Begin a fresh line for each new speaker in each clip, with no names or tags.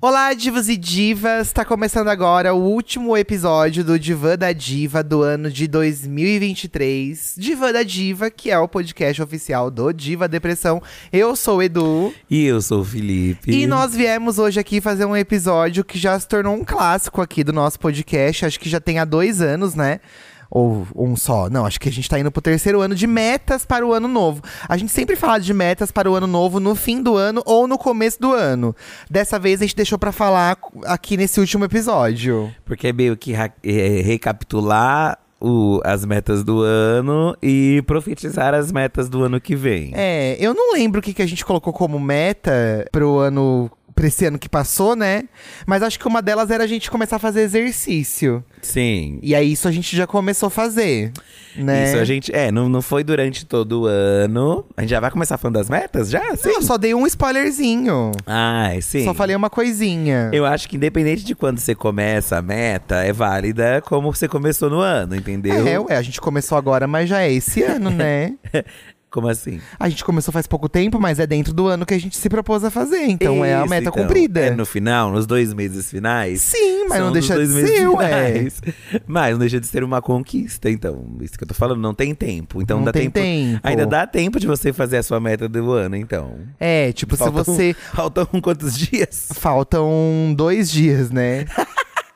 Olá, divos e divas! Tá começando agora o último episódio do Divã da Diva do ano de 2023. Divã da Diva, que é o podcast oficial do Diva Depressão. Eu sou o Edu.
E eu sou o Felipe.
E nós viemos hoje aqui fazer um episódio que já se tornou um clássico aqui do nosso podcast. Acho que já tem há dois anos, né? Ou um só. Não, acho que a gente tá indo pro terceiro ano de metas para o ano novo. A gente sempre fala de metas para o ano novo no fim do ano ou no começo do ano. Dessa vez a gente deixou pra falar aqui nesse último episódio.
Porque é meio que ra- é, recapitular o- as metas do ano e profetizar as metas do ano que vem.
É, eu não lembro o que, que a gente colocou como meta pro ano. Pra esse ano que passou, né? Mas acho que uma delas era a gente começar a fazer exercício.
Sim.
E aí isso a gente já começou a fazer, né?
Isso a gente. É, não, não foi durante todo o ano. A gente já vai começar falando das metas? Já? Sim.
Não, eu só dei um spoilerzinho.
Ai, sim.
Só falei uma coisinha.
Eu acho que independente de quando você começa a meta, é válida como você começou no ano, entendeu?
É, ué, a gente começou agora, mas já é esse ano, né?
Como assim?
A gente começou faz pouco tempo, mas é dentro do ano que a gente se propôs a fazer. Então é a
Isso,
meta
então.
cumprida.
É no final, nos dois meses finais.
Sim, mas
São
não
dos
deixa de
dois
ser,
meses
ué.
finais. Mas não deixa de ser uma conquista, então. Isso que eu tô falando, não tem tempo. Então
Não
dá
tem tempo.
Ainda dá tempo de você fazer a sua meta do ano, então.
É, tipo,
Faltam-
se você.
Faltam quantos dias?
Faltam dois dias, né?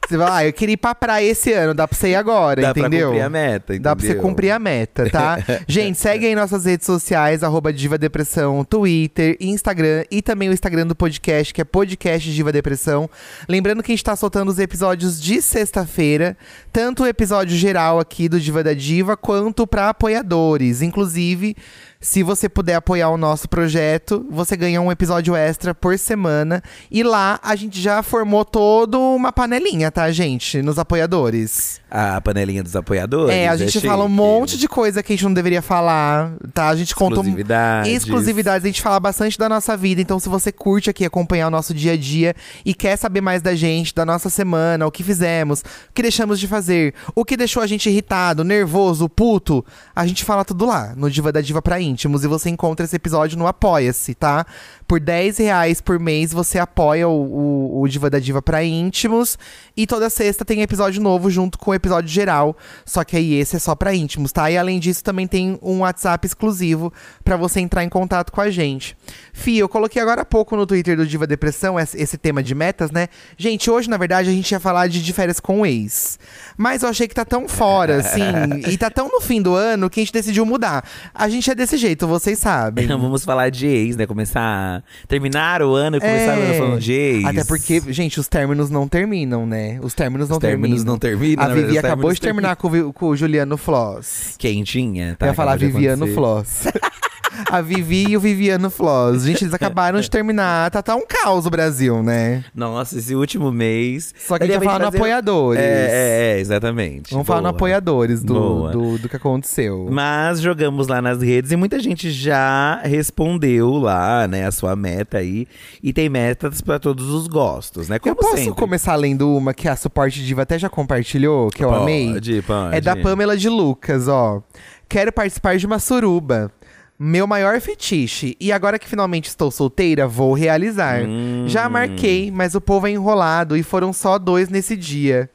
você vai, ah, eu queria ir pra praia esse ano, dá pra você ir agora,
Dá pra
entendeu?
cumprir a meta, entendeu?
Dá pra você cumprir a meta, tá? Gente, segue aí nossas redes sociais, arroba Diva Depressão, Twitter, Instagram e também o Instagram do podcast, que é podcast Diva Depressão. Lembrando que a gente tá soltando os episódios de sexta-feira, tanto o episódio geral aqui do Diva da Diva, quanto pra apoiadores. Inclusive, se você puder apoiar o nosso projeto, você ganha um episódio extra por semana. E lá a gente já formou toda uma panelinha, tá, gente? Nos apoiadores.
A panelinha dos apoiadores.
É, a gente fala um monte de coisa que a gente não deveria falar, tá? A gente conta um-
Exclusividades.
exclusividades, a gente fala bastante da nossa vida. Então, se você curte aqui acompanhar o nosso dia a dia e quer saber mais da gente, da nossa semana, o que fizemos, o que deixamos de fazer, o que deixou a gente irritado, nervoso, puto, a gente fala tudo lá no Diva da Diva pra íntimos. E você encontra esse episódio no Apoia-se, tá? Por 10 reais por mês você apoia o, o- o Diva da Diva pra íntimos. E toda sexta tem episódio novo junto com o episódio geral. Só que aí esse é só pra íntimos, tá? E além disso, também tem um WhatsApp exclusivo pra você entrar em contato com a gente. Fih, eu coloquei agora há pouco no Twitter do Diva Depressão esse esse tema de metas, né? Gente, hoje, na verdade, a gente ia falar de, de férias com o ex. Mas eu achei que tá tão fora, assim, e tá tão no fim do ano que a gente decidiu mudar. A gente é desse jeito, vocês sabem.
Vamos falar de ex, né? Começar. Terminar o ano e começar o ano falando de ex.
É. Até porque, gente, os términos não terminam, né? Os términos não
Os términos
terminam.
não terminam,
A
na verdade,
Vivi
os
acabou
términos
de terminar com, o Vi- com o Juliano Floss.
Quentinha, tá?
Eu ia falar
Acabou de
Viviano
acontecer.
Floss. A Vivi e o Viviano Floss. Gente, eles acabaram de terminar. Tá, tá um caos o Brasil, né?
Nossa, esse último mês.
Só que a gente vai falar no
fazer-
apoiadores.
É, é, é, exatamente.
Vamos falar no
Boa.
apoiadores do,
Boa.
do, do que aconteceu.
Mas jogamos lá nas redes e muita gente já respondeu lá, né, a sua meta aí. E tem metas pra todos os gostos, né? Como
eu posso
sempre.
começar lendo uma que a suporte diva até já compartilhou, que eu amei?
Pode, pode.
É da Pamela de Lucas, ó. Quero participar de uma suruba. Meu maior fetiche. E agora que finalmente estou solteira, vou realizar.
Hum.
Já marquei, mas o povo é enrolado e foram só dois nesse dia.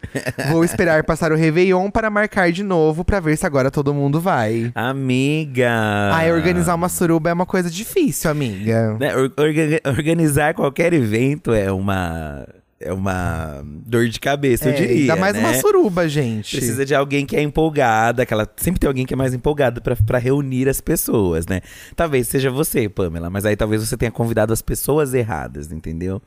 vou esperar passar o Réveillon para marcar de novo pra ver se agora todo mundo vai.
Amiga.
Ah, organizar uma suruba é uma coisa difícil, amiga.
Né, or- orga- organizar qualquer evento é uma é uma dor de cabeça, eu
É,
diria.
ainda mais
né?
uma suruba, gente.
Precisa de alguém que é empolgada, aquela sempre tem alguém que é mais empolgada pra- pra reunir as pessoas, né? Talvez seja você, Pamela, mas aí talvez você tenha convidado as pessoas erradas, entendeu?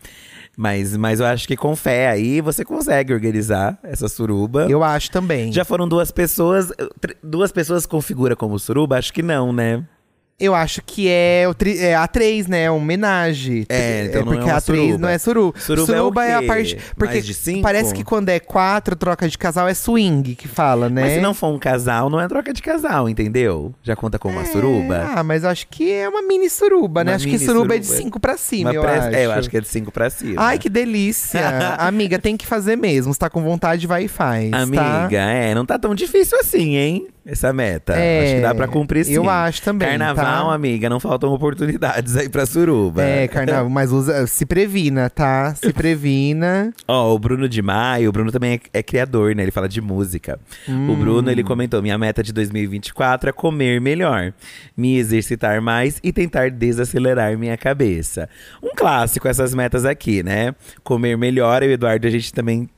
Mas, mas eu acho que com fé aí você consegue organizar essa suruba.
Eu acho também.
Já foram duas pessoas, tr- duas pessoas configura como suruba? Acho que não, né?
Eu acho que é, o tri- é a 3, né? Um homenagem.
É, então não é
porque
uma
a 3
suruba.
não é suru.
Suruba é o
a
quê?
parte. Porque
Mais de cinco?
parece que quando é 4, troca de casal é swing que fala, né?
Mas se não for um casal, não é troca de casal, entendeu? Já conta como uma
É,
suruba?
ah, mas eu acho que é uma mini suruba, né?
Uma
acho que
mini
suruba, é de
suruba.
5 pra cima,
Uma
eu
pré-
acho.
É, eu acho que é de cinco pra cima.
Ai, que delícia! Amiga, tem que fazer mesmo. Se tá com vontade, vai e faz.
Amiga,
tá?
é, não tá tão difícil assim, hein? essa meta.
É,
acho que dá pra cumprir sim.
eu acho também,
Carnaval,
tá?
amiga, não faltam oportunidades aí pra suruba.
É, carnaval, mas usa, se previna, tá? Se previna.
Ó, o Bruno de Maio, o Bruno também é, é criador, né? Ele fala de música. O Bruno,
Hum.
ele comentou: minha meta de 2024 é comer melhor, me exercitar mais e tentar desacelerar minha cabeça. Um clássico essas metas aqui, né? Comer melhor, eu e o Eduardo, a gente também.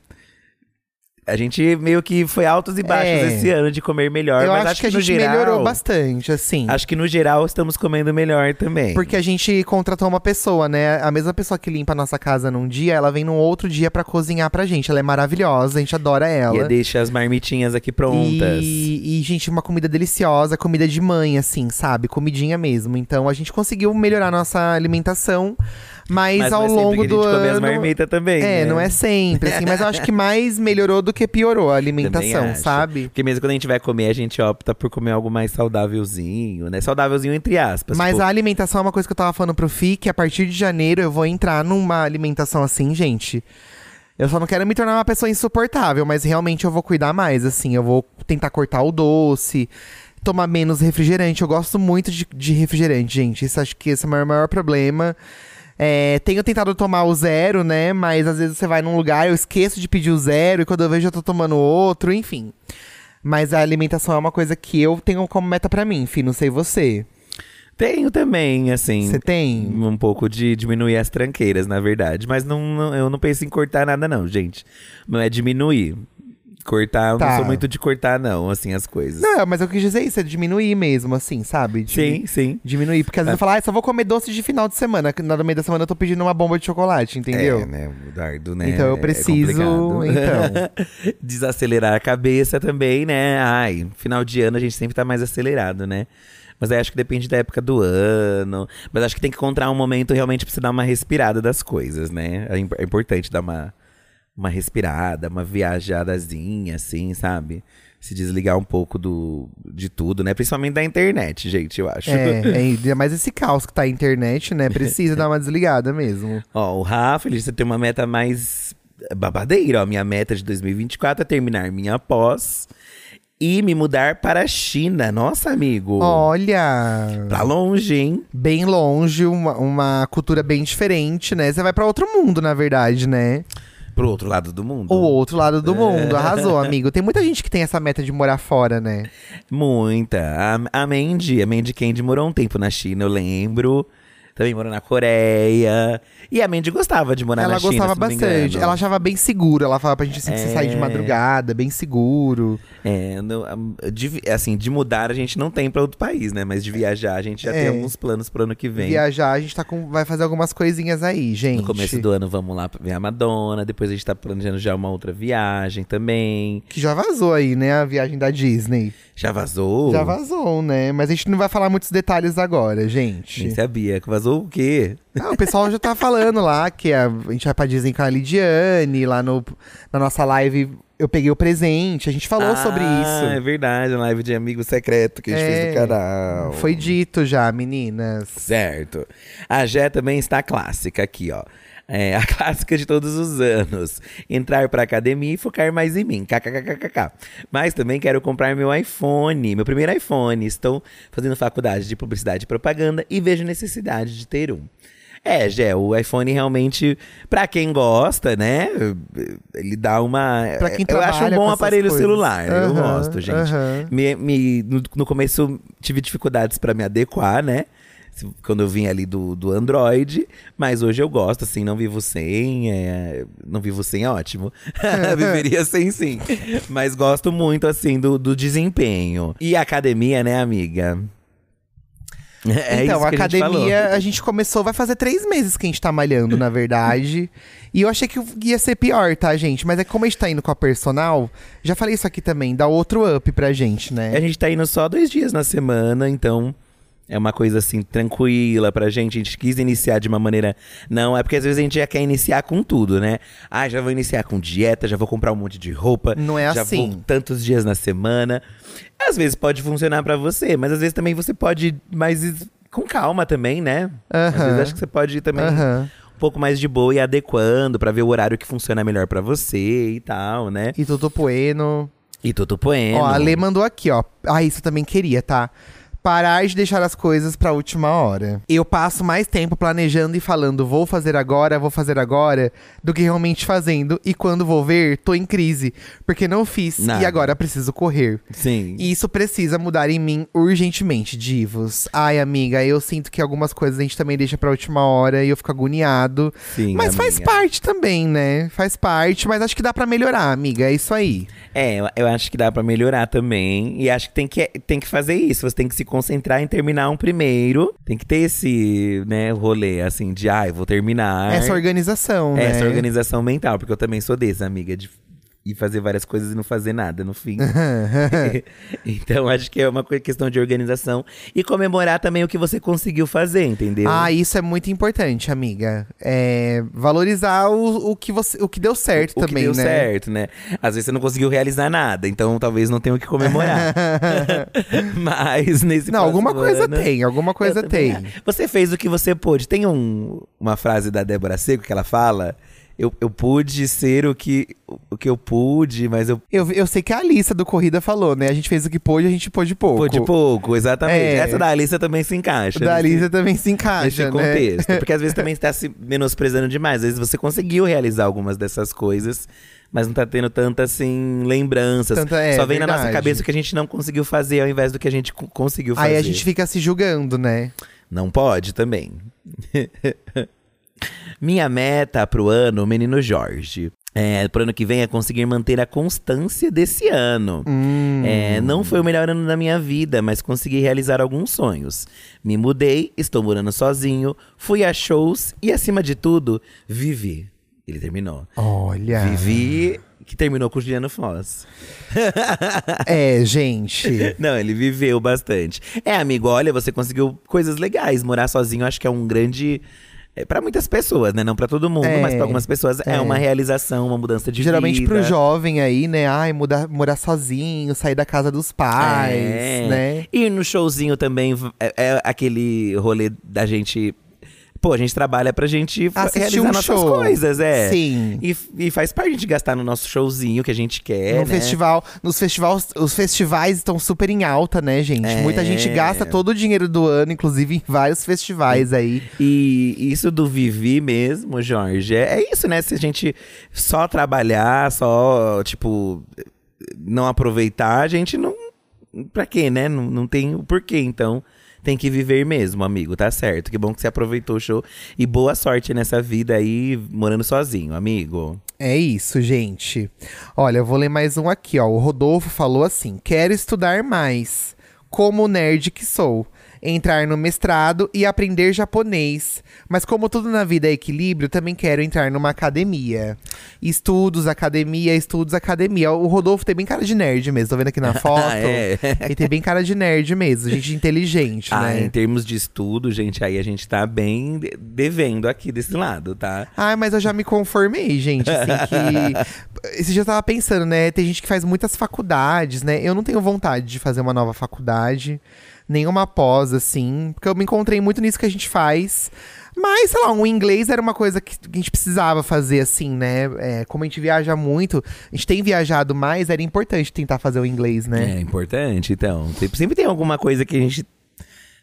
A gente meio que foi altos e baixos
É.
esse ano de comer melhor,
eu
mas
acho, que a
no
gente
geral,
melhorou bastante, assim.
Acho que no geral estamos comendo melhor também.
Porque a gente contratou uma pessoa, né? A mesma pessoa que limpa a nossa casa num dia, ela vem num outro dia pra cozinhar pra gente. Ela é maravilhosa, a gente adora
E é
ela.
deixa as marmitinhas aqui prontas.
E, e, gente, uma comida deliciosa, comida de mãe, assim, sabe? Comidinha mesmo. Então a gente conseguiu melhorar a nossa alimentação, mas,
Mas
ao
não é sempre
longo
que a
do
gente come as
ano.
marmitas também,
é,
né?
não é sempre, assim, mas eu acho que mais melhorou do que piorou a alimentação,
acho.
sabe?
Porque mesmo quando a gente vai comer, a gente opta por comer algo mais saudávelzinho, né? Saudávelzinho entre aspas.
Mas
tipo,
a alimentação é uma coisa que eu tava falando pro Fi, que a partir de janeiro eu vou entrar numa alimentação assim, gente. Eu só não quero me tornar uma pessoa insuportável, mas realmente eu vou cuidar mais, assim. Eu vou tentar cortar o doce, tomar menos refrigerante. Eu gosto muito de, de refrigerante, gente. Isso acho que esse é o meu maior problema. É, tenho tentado tomar o zero, né? Mas às vezes você vai num lugar, eu esqueço de pedir o zero, e quando eu vejo eu tô tomando outro, enfim. Mas a alimentação é uma coisa que eu tenho como meta pra mim, Fi, não sei você.
Tenho também, assim.
Você tem?
Um pouco de diminuir as tranqueiras, na verdade. Mas não, não- eu não penso em cortar nada, não, gente. Não é diminuir. Cortar, eu
Tá.
não sou muito de cortar, não, assim, as coisas.
Não, mas eu quis dizer isso, é diminuir mesmo, assim, sabe? Dimi-
Sim, É. sim.
Diminuir, porque às vezes eu falo, ah, só vou comer doce de final de semana. que No meio da semana eu tô pedindo uma bomba de chocolate, entendeu?
É, né, o dardo, né?
Então eu
é
preciso,
complicado.
então.
Desacelerar a cabeça também, né? Ai, final de ano a gente sempre tá mais acelerado, né? Mas aí acho que depende da época do ano. Mas acho que tem que encontrar um momento realmente pra você dar uma respirada das coisas, né? É im- é importante dar uma, uma respirada, uma viajadazinha, assim, sabe? Se desligar um pouco do, de tudo, né? Principalmente da internet, gente, eu acho.
É, é, ainda mais esse caos que tá a internet, né? Precisa dar uma desligada mesmo.
Ó, o Rafa, ele disse tem uma meta mais babadeira, ó. Minha meta de 2024 é terminar minha pós e me mudar para a China. Nossa, amigo.
Olha,
Pra longe, hein?
bem longe, uma, uma cultura bem diferente, né? Você vai pra outro mundo, na verdade, né?
Pro outro lado do É. mundo.
O outro lado do mundo. Arrasou, amigo. Tem muita gente que tem essa meta de morar fora, né?
Muita. A, a Mandy, a Mandy Candy morou um tempo na China, eu lembro. Também morou na Coreia. E a Mandy gostava de morar
ela
na China,
gostava
se não me
bastante.
engano.
Ela achava bem seguro. Ela falava pra gente assim, você sair de
É.
madrugada, bem seguro.
É, no- a- de vi- assim, de mudar a gente não tem pra outro país, né? Mas de viajar a gente já
É.
tem alguns planos pro ano que vem.
Viajar, a gente tá com, vai fazer algumas coisinhas aí, gente.
No começo do ano vamos lá ver a Madonna, depois a gente tá planejando já uma outra viagem também.
Que já vazou aí, né? A viagem da Disney.
Já vazou?
Já vazou, né? Mas a gente não vai falar muitos detalhes agora,
Nem
gente.
sabia. Vazou o quê?
Ah, o pessoal já tá falando lá que a, a gente vai pra Disney com a Lidiane, lá no, na nossa live eu peguei o presente. A gente falou
Ah,
sobre isso.
É verdade, a live de amigo secreto que a gente
É.
fez no canal.
Foi dito já, meninas.
Certo. A Jé também está clássica aqui, ó. É a clássica de todos os anos. Entrar pra academia e focar mais em mim. KKKKK. Mas também quero comprar meu iPhone, meu primeiro iPhone. Estou fazendo faculdade de publicidade e propaganda e vejo necessidade de ter um. É, Jé, o iPhone realmente, pra quem gosta, né? Ele dá uma.
Pra quem
eu acho um
trabalha com
bom
essas
aparelho
coisas.
celular. eu
Aham,
gosto, gente.
aham.
Me- me- no, no começo tive dificuldades pra me adequar, né? Se- Quando eu vim ali do, do Android, mas hoje eu gosto, assim, não vivo sem, é, não vivo sem, é ótimo. Viveria sem, sim. Mas gosto muito, assim, do, do desempenho. E academia, né, amiga? É
então,
isso
a
que gente falou.
academia, a gente começou, vai fazer três meses que a gente tá malhando, na verdade. E eu achei que ia ser pior, tá, gente? Mas é que como a gente tá indo com a personal, já falei isso aqui também, dá outro up pra gente, né?
A gente tá indo só dois dias na semana, então é uma coisa assim tranquila pra gente. A gente quis iniciar de uma maneira. Não, é porque às vezes a gente já quer iniciar com tudo, né? Ah, já vou iniciar com dieta, já vou comprar um monte de roupa.
Não é
já
assim.
Vou tantos dias na semana. Às vezes pode funcionar pra você, mas às vezes também você pode ir mais es- com calma também, né? Às
Aham.
vezes acho que você pode ir também
Aham.
um pouco mais de boa e adequando pra ver o horário que funciona melhor pra você e tal, né?
E tudo bueno.
E Tutu Poema.
Ó, a Lê mandou aqui, ó. Ah, isso eu também queria, tá? Parar de deixar as coisas pra última hora. Eu passo mais tempo planejando e falando vou fazer agora, vou fazer agora, do que realmente fazendo. E quando vou ver, tô em crise. Porque não fiz e
Nada.
agora preciso correr.
Sim.
E isso precisa mudar em mim urgentemente, divos. Ai, amiga, eu sinto que algumas coisas a gente também deixa pra última hora e eu fico agoniado.
Sim,
mas faz
amiga.
parte também, né? Faz parte, mas acho que dá pra melhorar, amiga. É isso aí.
É, eu- eu acho que dá pra melhorar também. E acho que tem, que tem que fazer isso. Você tem que se concentrar em terminar um primeiro. Tem que ter esse, né, rolê assim de, ai, vou terminar.
Essa organização, né?
Essa organização mental, porque eu também sou desse, amiga, de ir fazer várias coisas e não fazer nada no fim. então acho que é uma coi- questão de organização e comemorar também o que você conseguiu fazer, entendeu?
Ah, isso é muito importante, amiga. É valorizar o, o, que, você, o que deu certo
o
também,
que deu
né?
certo, né? Às vezes você não conseguiu realizar nada, então talvez não tenha o que comemorar. Mas nesse
Não, alguma
próximo
coisa
ano-
tem, alguma coisa
né? Eu também
tem.
acho. Você fez o que você pôde. Tem um- uma frase da Débora Seco que ela fala: Eu, eu pude ser o que, o que eu pude, mas eu
Eu, eu sei que a Alissa do Corrida falou, né? A gente fez o que pôde, a gente pôde pouco.
pude pouco, exatamente.
É.
Essa da Alissa também se encaixa. né?
Da
nesse-
Alissa também se
nesse
encaixa, né?
contexto. Porque às vezes também está se menosprezando demais. Às vezes você conseguiu realizar algumas dessas coisas, mas não tá tendo tanta assim lembranças.
Tanta- é,
Só vem na nossa
verdade.
cabeça o que a gente não conseguiu fazer ao invés do que a gente co- conseguiu fazer.
Aí a gente fica se julgando, né?
Não pode também. Minha meta pro ano, menino Jorge. É, pro ano que vem é conseguir manter a constância desse ano. É, não foi o melhor ano da minha vida, mas consegui realizar alguns sonhos. Me mudei, estou morando sozinho, fui a shows e, acima de tudo, vivi. Ele terminou.
Olha.
Vivi, que terminou com o Juliano Foz.
É, gente.
Não, ele viveu bastante. É, amigo, olha, você conseguiu coisas legais. Morar sozinho, acho que é um grande. É, para muitas pessoas, né? Não pra todo mundo,
É,
mas pra algumas pessoas é.
é.
uma realização, uma mudança de
Geralmente
vida.
pro jovem aí, né? Ai, mudar, morar sozinho, sair da casa dos pais,
É.
né?
E no showzinho também v- é, é aquele rolê da gente. Pô, a gente trabalha pra gente fa-
Assistir
realizar
um
nossas
show.
coisas, é.
Sim.
E, f- e faz parte de gastar no nosso showzinho que a gente quer.
No
né?
festival, nos festivais, os festivais estão super em alta, né, gente?
É.
Muita gente gasta todo o dinheiro do ano, inclusive em vários festivais aí.
E isso do vivi mesmo, Jorge, é, é isso, né? Se a gente só trabalhar, só, tipo, não aproveitar, a gente não. Pra quê, né? Não, não tem o porquê, então. Tem que viver mesmo, amigo, tá certo. Que bom que você aproveitou o show. E boa sorte nessa vida aí, morando sozinho, amigo.
É isso, gente. Olha, eu vou ler mais um aqui, ó. O Rodolfo falou assim: quero estudar mais, como nerd que sou. Entrar no mestrado e aprender japonês. Mas como tudo na vida é equilíbrio, também quero entrar numa academia. Estudos, academia, estudos, academia. O Rodolfo tem bem cara de nerd mesmo, tô vendo aqui na foto.
é.
Ele tem bem cara de nerd mesmo, gente inteligente,
Ah, em
né?
termos de estudo, gente, aí a gente tá bem de- devendo aqui desse lado, tá?
Ai, mas eu já me conformei, gente, assim, que... Esse dia eu tava pensando, né, tem gente que faz muitas faculdades, né? Eu não tenho vontade de fazer uma nova faculdade, nenhuma pós, assim. Porque eu me encontrei muito nisso que a gente faz. Mas, sei lá, um inglês era uma coisa que a gente precisava fazer, assim, né? É, como a gente viaja muito, a gente tem viajado mais, era importante tentar fazer o inglês, né?
É importante, então. Sempre- Sempre tem alguma coisa que a gente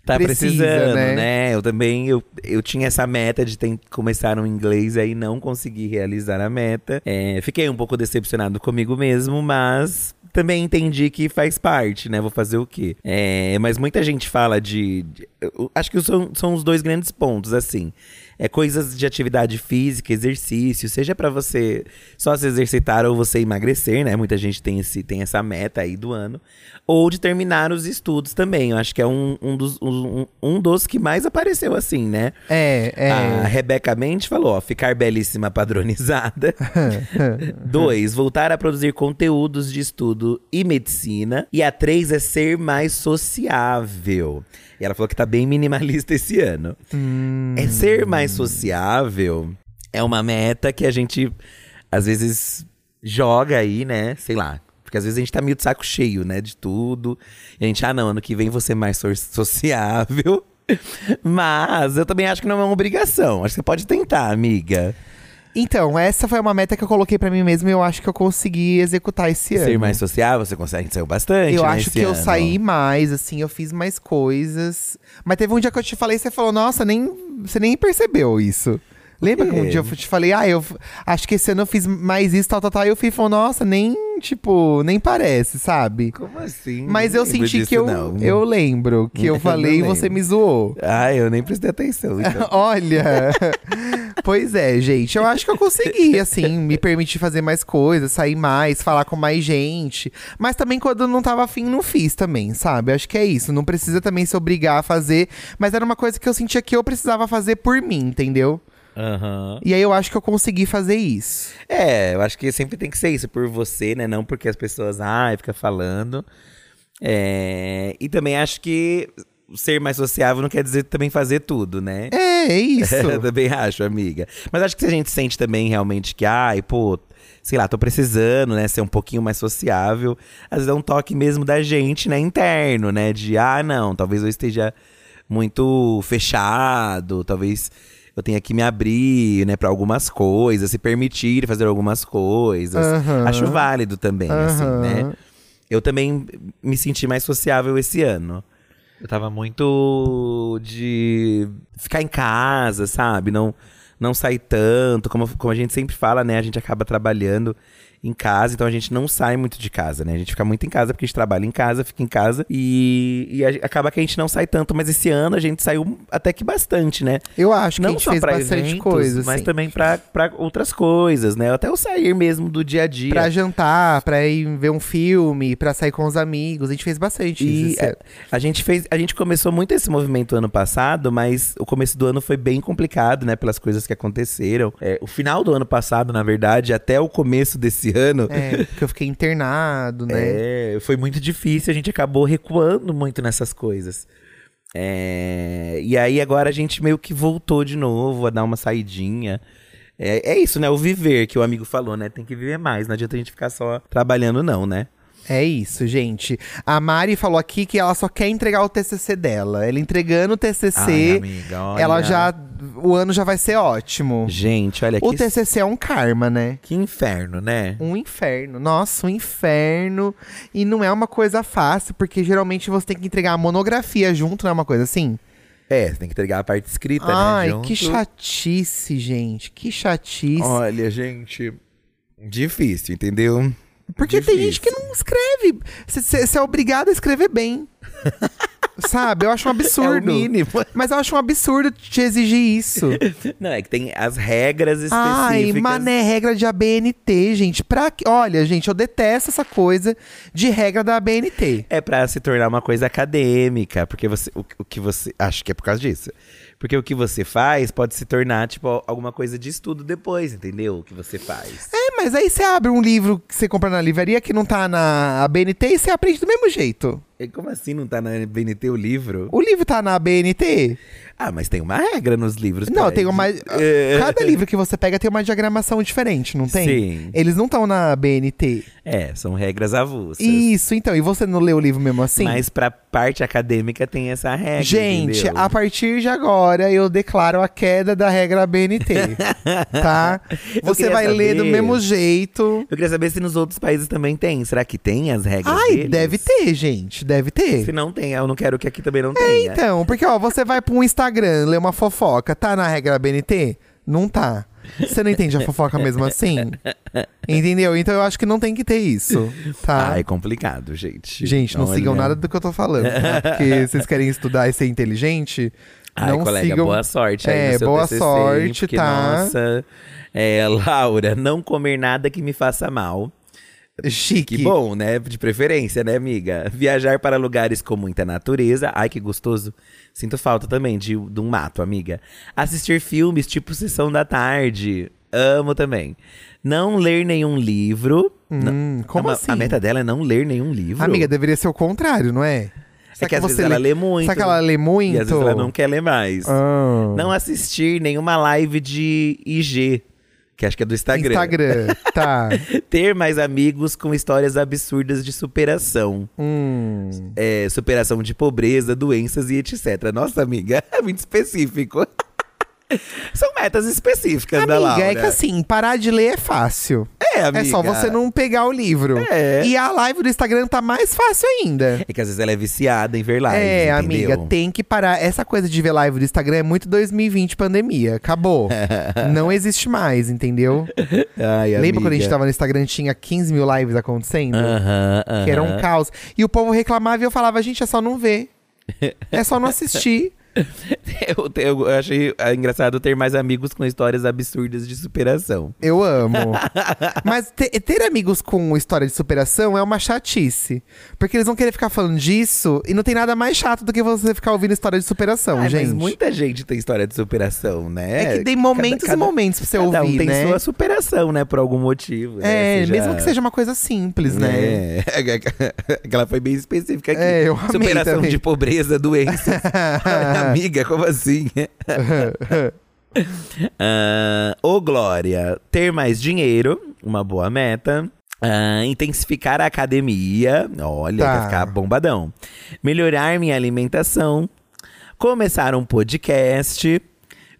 tá
Precisa,
precisando,
né?
né? Eu também, eu, eu tinha essa meta de ten- começar um inglês aí não consegui realizar a meta. É, fiquei um pouco decepcionado comigo mesmo, mas também entendi que faz parte, né? Vou fazer o quê? É, mas muita gente fala de... de- eu acho que são, são os dois grandes pontos, assim. É coisas de atividade física, exercício, seja pra você só se exercitar ou você emagrecer, né? Muita gente tem, esse, tem essa meta aí do ano. Ou de terminar os estudos também. Eu acho que é um, um, dos, um, um dos que mais apareceu assim, né?
É, é.
A Rebeca Mente falou, ó, ficar belíssima padronizada. Ah. Dois, voltar a produzir conteúdos de estudo e medicina. E a três é ser mais sociável. E ela falou que tá bem minimalista esse ano.
Hum.
É ser mais sociável é uma meta que a gente às vezes joga aí, né? Sei lá. Porque às vezes a gente tá meio de saco cheio, né? De tudo. E a gente, ah, não, ano que vem você ser mais so- sociável. Mas eu também acho que não é uma obrigação. Acho que você pode tentar, amiga.
Então, essa foi uma meta que eu coloquei pra mim mesma e eu acho que eu consegui executar esse ano.
Ser mais sociável, você consegue, a gente saiu bastante.
Eu
né,
acho
esse
que eu
ano.
saí mais, assim, eu fiz mais coisas. Mas teve um dia que eu te falei, você falou, nossa, nem, você nem percebeu isso. Lembra que um
quê?
dia eu te falei, ah, eu f- acho que esse ano eu fiz mais isso, tal, tal, tal. E eu fui e falou, nossa, nem, tipo, nem parece, sabe?
Como assim?
Mas eu
Não lembro
senti
disso,
que eu,
não.
eu lembro que eu
Eu
falei e
não
você
lembro.
me zoou.
Ah, eu nem prestei atenção. Então.
Olha, pois é, gente. Eu acho que eu consegui, assim, me permitir fazer mais coisas, sair mais, falar com mais gente. Mas também quando eu não tava afim, não fiz também, sabe? Acho que é isso. Não precisa também se obrigar a fazer. Mas era uma coisa que eu sentia que eu precisava fazer por mim, entendeu?
Aham.
E aí eu acho que eu consegui fazer isso.
É, eu acho que sempre tem que ser isso, por você, né? Não porque as pessoas, ai, fica falando. É, e também acho que ser mais sociável não quer dizer também fazer tudo, né?
É, é isso.
Eu também acho, amiga. Mas acho que se a gente sente também realmente que, ai, pô, sei lá, tô precisando, né, ser um pouquinho mais sociável. Às vezes é um toque mesmo da gente, né, interno, né, de, ah, não, talvez eu esteja muito fechado, talvez eu tenha que me abrir, né, pra algumas coisas, se permitir fazer algumas coisas.
Aham.
Acho válido também, assim,
Aham.
né. Eu também me senti mais sociável esse ano. Eu tava muito de ficar em casa, sabe? Não não sair tanto, como, como a gente sempre fala, né? A gente acaba trabalhando em casa, então a gente não sai muito de casa, né? A gente fica muito em casa porque a gente trabalha em casa, fica em casa e, e a- acaba que a gente não sai tanto. Mas esse ano a gente saiu até que bastante, né?
Eu acho que
não
a gente
só
fez
pra
bastante
eventos,
coisa,
mas
assim.
também pra pra outras coisas, né? Até o sair mesmo do dia a dia.
Pra jantar, pra ir ver um filme, pra sair com os amigos. A gente fez bastante isso.
E
esse
é,
ano.
a gente fez, a gente começou muito esse movimento ano passado, mas o começo do ano foi bem complicado, né, pelas coisas que aconteceram. É, o final do ano passado, na verdade, até o começo desse ano,
É, porque eu fiquei internado, né?
é, foi muito difícil, a gente acabou recuando muito nessas coisas. É, e aí agora a gente meio que voltou de novo a dar uma saidinha. É, é isso, né? O viver que o amigo falou, né? Tem que viver mais, não adianta a gente ficar só trabalhando, não, né?
É isso, gente. A Mari falou aqui que ela só quer entregar o TCC dela. Ela entregando o
Ai,
TCC,
amiga,
ela
olha.
já. O ano já vai ser ótimo.
Gente, olha
O
que
TCC é um karma, né?
Que inferno, né?
Um inferno. Nossa, um inferno. E não é uma coisa fácil, porque geralmente você tem que entregar a monografia junto, não é uma coisa assim?
É, você tem que entregar a parte escrita,
Ai,
né? junto.
que chatice, gente. Que chatice.
Olha, gente. Difícil, entendeu? É
Porque tem
Difícil.
gente que não escreve. Você é obrigado a escrever bem. Sabe? Eu acho um absurdo.
É o mínimo.
Mas eu acho um absurdo te exigir isso.
Não, é que tem as regras específicas.
Ai, mané, regra de ABNT, gente. Pra que... Olha, gente, eu detesto essa coisa de regra da ABNT.
É pra se tornar uma coisa acadêmica, porque você o, o que você acho que é por causa disso. Porque o que você faz pode se tornar tipo alguma coisa de estudo depois, entendeu? O que você faz.
É, mas aí você abre um livro que você compra na livraria que não tá na ABNT e você aprende do mesmo jeito.
E como assim não tá na BNT o livro?
O livro tá na ABNT?
Ah, mas tem uma regra nos livros.
Não,
pede.
tem uma.
É.
Cada livro que você pega tem uma diagramação diferente, não tem?
Sim.
Eles não estão na ABNT.
É, são regras avulsas.
Isso, então. E você não lê o livro mesmo assim?
Mas pra parte acadêmica tem essa regra.
Gente,
É, entendeu?
a partir de agora eu declaro a queda da regra BNT, tá?
Eu
Você
queria
vai ler do
saber.
mesmo jeito.
Eu queria saber se nos outros países também tem. Será que tem as regras?
Ai,
deles?
deve ter, gente, deve ter.
Se não tem, eu não quero que aqui também não tenha.
Então, porque ó, você vai pra um Instagram ler uma fofoca, tá na regra BNT? Não tá. Você não entende a fofoca mesmo assim? Entendeu? Então eu acho que não tem que ter isso, tá?
Ah, é complicado, gente.
Gente, não
Olha.
sigam nada do que eu tô falando, tá? Porque vocês querem estudar e ser inteligente,
Ai,
não
colega,
sigam.
boa sorte aí
É,
no seu
boa
TCC,
sorte,
porque,
tá?
Nossa, é, Laura, não comer nada que me faça mal.
Chique.
Que bom, né? De preferência, né, amiga? Viajar para lugares com muita natureza. Ai, que gostoso. Sinto falta também de, de um mato, amiga. Assistir filmes tipo Sessão da Tarde. Amo também. Não ler nenhum livro. Não-
Hum, como
Não, a-
assim?
A meta dela é não ler nenhum livro.
Amiga, deveria ser o contrário, não é?
é que, às vezes ela lê muito. né?
Será que ela lê muito?
E às vezes ela não quer ler mais.
Ah.
Não assistir nenhuma live de IG, que acho que é do Instagram.
Instagram. tá.
Ter mais amigos com histórias absurdas de superação.
Hum.
É, superação de pobreza, doenças e etc. Nossa, amiga, é muito específico. São metas específicas
Amiga,
da Laura.
é que assim, parar de ler é fácil.
É, amiga.
É só você não pegar o livro.
É.
E a live do Instagram tá mais fácil ainda.
É que às vezes ela é viciada em ver lives,
é,
entendeu?
amiga, tem que parar. Essa coisa de ver live do Instagram é muito 2020 pandemia. Acabou. não existe mais, entendeu?
Ai,
Lembra quando a gente
amiga.
tava no Instagram tinha 15 mil lives acontecendo?
Aham, aham.
Que era um caos. E o povo reclamava e eu falava, gente, é só não ver. É só não assistir.
eu, te- eu achei ah, engraçado ter mais amigos com histórias absurdas de superação.
Eu amo. Mas te- ter amigos com história de superação é uma chatice. Porque eles vão querer ficar falando disso e não tem nada mais chato do que você ficar ouvindo história de superação,
Ai,
Então, gente.
Mas muita gente tem história de superação, né?
É, que tem momentos
cada-
e momentos pra você
cada
ouvir,
um tem
né?
sua superação, né? Por algum motivo. né?
É,
Seja-
mesmo que seja uma coisa simples, né?
É. Ela foi bem específica aqui.
É, eu amei
Superação
também.
de pobreza, doença. Amiga, como assim? Ah, Ô, Glória, ter mais dinheiro, uma boa meta. Ah, intensificar a academia. Olha,
Tá.
vai ficar bombadão. Melhorar minha alimentação. Começar um podcast.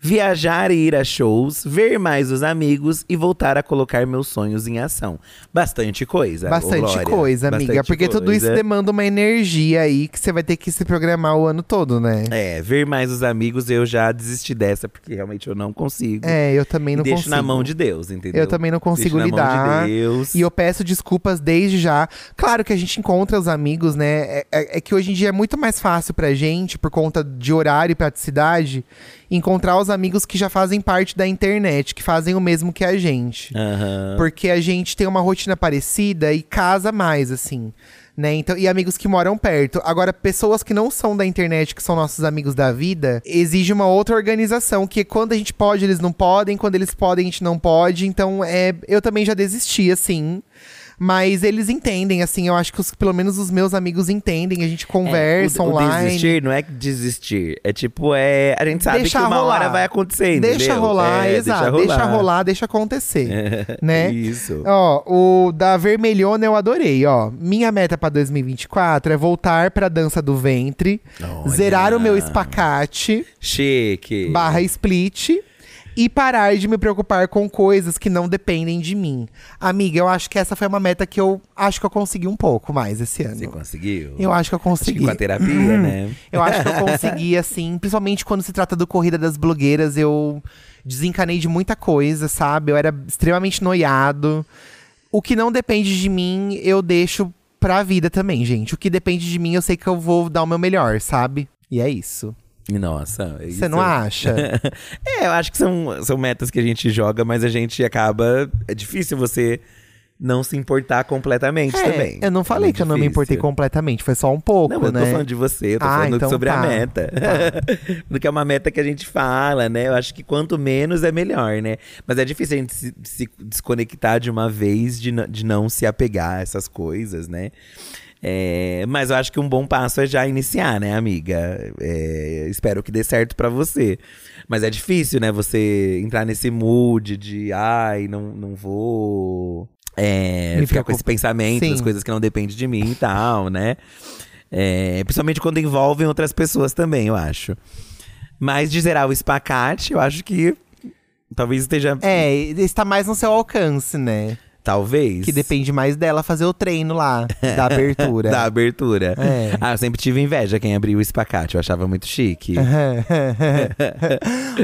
Viajar e ir a shows, ver mais os amigos e voltar a colocar meus sonhos em ação. Bastante coisa. ô,
Bastante
Glória.
coisa, amiga.
Bastante
porque tudo isso
coisa.
demanda uma energia aí que você vai ter que se programar o ano todo, né?
É, ver mais os amigos, eu já desisti dessa, porque realmente eu não consigo.
É, eu também
E
não
deixo
consigo.
na mão de Deus, entendeu?
Eu também não consigo
Deixo
lidar.
Na mão de Deus.
E eu peço desculpas desde já. Claro que a gente encontra os amigos, né? É, é- é que hoje em dia é muito mais fácil pra gente, por conta de horário e praticidade, encontrar os amigos que já fazem parte da internet, que fazem o mesmo que a gente.
Aham.
Porque a gente tem uma rotina parecida e casa mais, assim. Né? Então, e amigos que moram perto. Agora, pessoas que não são da internet, que são nossos amigos da vida, exige uma outra organização. Que quando a gente pode, eles não podem. Quando eles podem, a gente não pode. Então, é, eu também já desisti, assim. Mas eles entendem, assim. Eu acho que os- pelo menos os meus amigos entendem. A gente conversa
É, o,
online.
O desistir não é que desistir. É tipo, é. A gente sabe
Deixa
que uma
rolar.
hora vai acontecer,
Deixa
entendeu?
rolar,
É,
exato. Deixa rolar, deixa, acontecer. né?
Isso.
Ó, o da Vermelhona eu adorei, ó. Minha meta pra 2024 é voltar pra dança do ventre,
Olha.
zerar o meu espacate
Chique.
barra split e parar de me preocupar com coisas que não dependem de mim. Amiga, eu acho que essa foi uma meta que eu acho que eu consegui um pouco mais esse
Você
ano.
conseguiu?
Eu acho que eu
Acho que
consegui. Uhum.
com a terapia, né?
Eu acho que eu consegui, assim, principalmente quando se trata do Corrida das Blogueiras, eu desencanei de muita coisa, sabe? Eu era extremamente noiado. O que não depende de mim, eu deixo pra vida também, gente. O que depende de mim, eu sei que eu vou dar o meu melhor, sabe? E é isso.
Nossa. é
Você não
isso.
acha?
É, eu acho que são, são metas que a gente joga, mas a gente acaba. É difícil você não se importar completamente
É,
também.
Eu não falei
É
que eu não me importei
difícil.
completamente, foi só um pouco,
Não, eu tô
né?
falando de você, eu tô
Ah,
falando
então
sobre
tá.
a meta. Do que é uma meta que a gente fala, né? Eu acho que quanto menos é melhor, né? Mas é difícil a gente se, se desconectar de uma vez, de, n- de não se apegar a essas coisas, né? É, mas eu acho que um bom passo é já iniciar, né, amiga? É, espero que dê certo pra você. Mas é difícil, né? Você entrar nesse mood de ai, não, não vou. É,
Me
ficar com
preocupa.
esse pensamento,
Sim.
das coisas que não dependem de mim e tal, né? É, principalmente quando envolvem outras pessoas também, eu acho. Mas de zerar o espacate, eu acho que talvez esteja.
É, está mais no seu alcance, né?
Talvez.
Que depende mais dela fazer o treino lá, da abertura.
Da abertura.
É.
Ah, eu sempre tive inveja quem abriu o espacate, eu achava muito chique.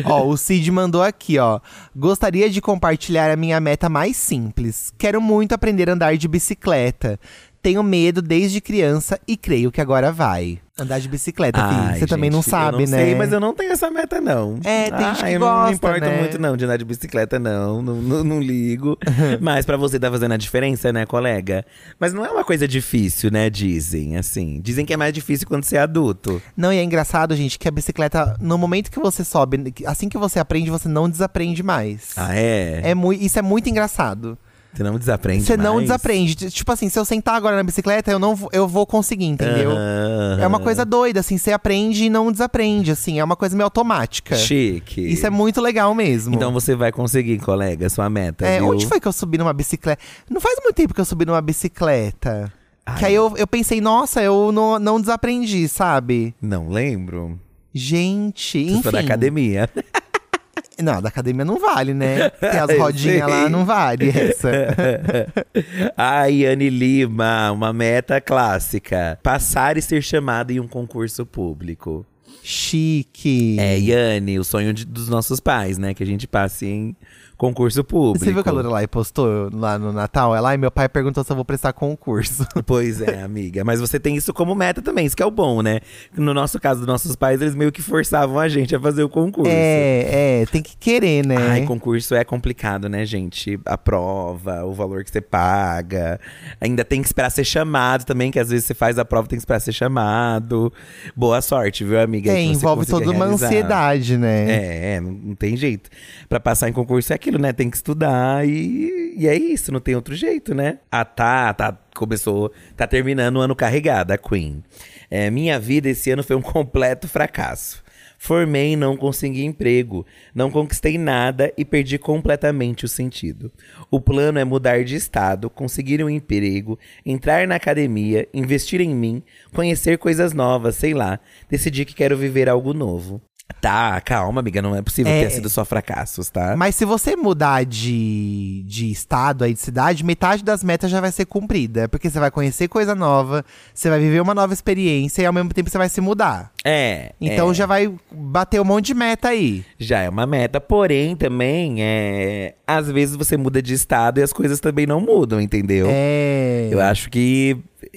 ó, o Cid mandou aqui, ó. Gostaria de compartilhar a minha meta mais simples. Quero muito aprender a andar de bicicleta. Tenho medo desde criança e creio que agora vai. Andar de bicicleta, filho.
Ai,
Tipo assim, Você também não
gente,
sabe,
eu não
né?
Sei, mas eu não tenho essa meta, não.
É, tem gente
Ah,
que
eu não
gosta,
me importo
né?
muito, não, de andar de bicicleta, não. Não, não, não ligo. mas pra você tá fazendo a diferença, né, colega? Mas não é uma coisa difícil, né, dizem, assim. Dizem que é mais difícil quando você é adulto.
Não, e é engraçado, gente, que a bicicleta, no momento que você sobe, assim que você aprende, você não desaprende mais.
Ah, é?
É mui- isso é muito engraçado.
Você não desaprende
Você não
mais?
desaprende. T- Tipo assim, se eu sentar agora na bicicleta, eu não vou- eu vou conseguir, entendeu?
Aham.
É uma coisa doida, assim, você aprende e não desaprende, assim, é uma coisa meio automática.
Chique.
Isso é muito legal mesmo.
Então você vai conseguir, colega, sua meta,
é,
viu?
onde foi que eu subi numa bicicleta? Não faz muito tempo que eu subi numa bicicleta. Que
Ai.
aí eu, eu pensei, nossa, eu não, não desaprendi, sabe?
Não lembro.
Gente,
Você
enfim.
foi da academia.
Não, da academia não vale, né? Tem as rodinhas
É, Sim.
lá, não vale essa.
Ai, Anne Lima, uma meta clássica. Passar e ser chamada em um concurso público.
Chique.
É, Yane, o sonho de- dos nossos pais, né? Que a gente passe em concurso público.
Você viu que a Lorelai postou lá no Natal? Ela, ai, meu pai perguntou se eu vou prestar concurso.
Pois é, amiga. Mas você tem isso como meta também, isso que é o bom, né? No nosso caso, dos nossos pais, eles meio que forçavam a gente a fazer o concurso.
É, é, tem que querer, né?
Ai, concurso é complicado, né, gente? A prova, o valor que você paga. Ainda tem que esperar ser chamado também, que às vezes você faz a prova tem que esperar ser chamado. Boa sorte, viu, amiga?
é,
Que você
envolve
consiga
toda uma
realizar.
ansiedade, né?
É, é, não- não tem jeito. Pra passar em concurso é aquilo, né? Tem que estudar e, e é isso, não tem outro jeito, né? Ah, tá, tá. Começou, tá terminando o ano carregado, a Queen. É, minha vida esse ano foi um completo fracasso. Formei e não consegui emprego, não conquistei nada e perdi completamente o sentido. O plano é mudar de estado, conseguir um emprego, entrar na academia, investir em mim, conhecer coisas novas, sei lá. Decidi que quero viver algo novo. Tá, calma, amiga, não é possível
É.
ter sido só fracassos, tá?
Mas se você mudar de, de estado aí, de cidade, metade das metas já vai ser cumprida. Porque você vai conhecer coisa nova, você vai viver uma nova experiência e ao mesmo tempo você vai se mudar.
É.
Então
é,
já vai bater um monte de meta aí.
já é uma meta, porém também é, às vezes você muda de estado e as coisas também não mudam, entendeu?
É.
Eu acho que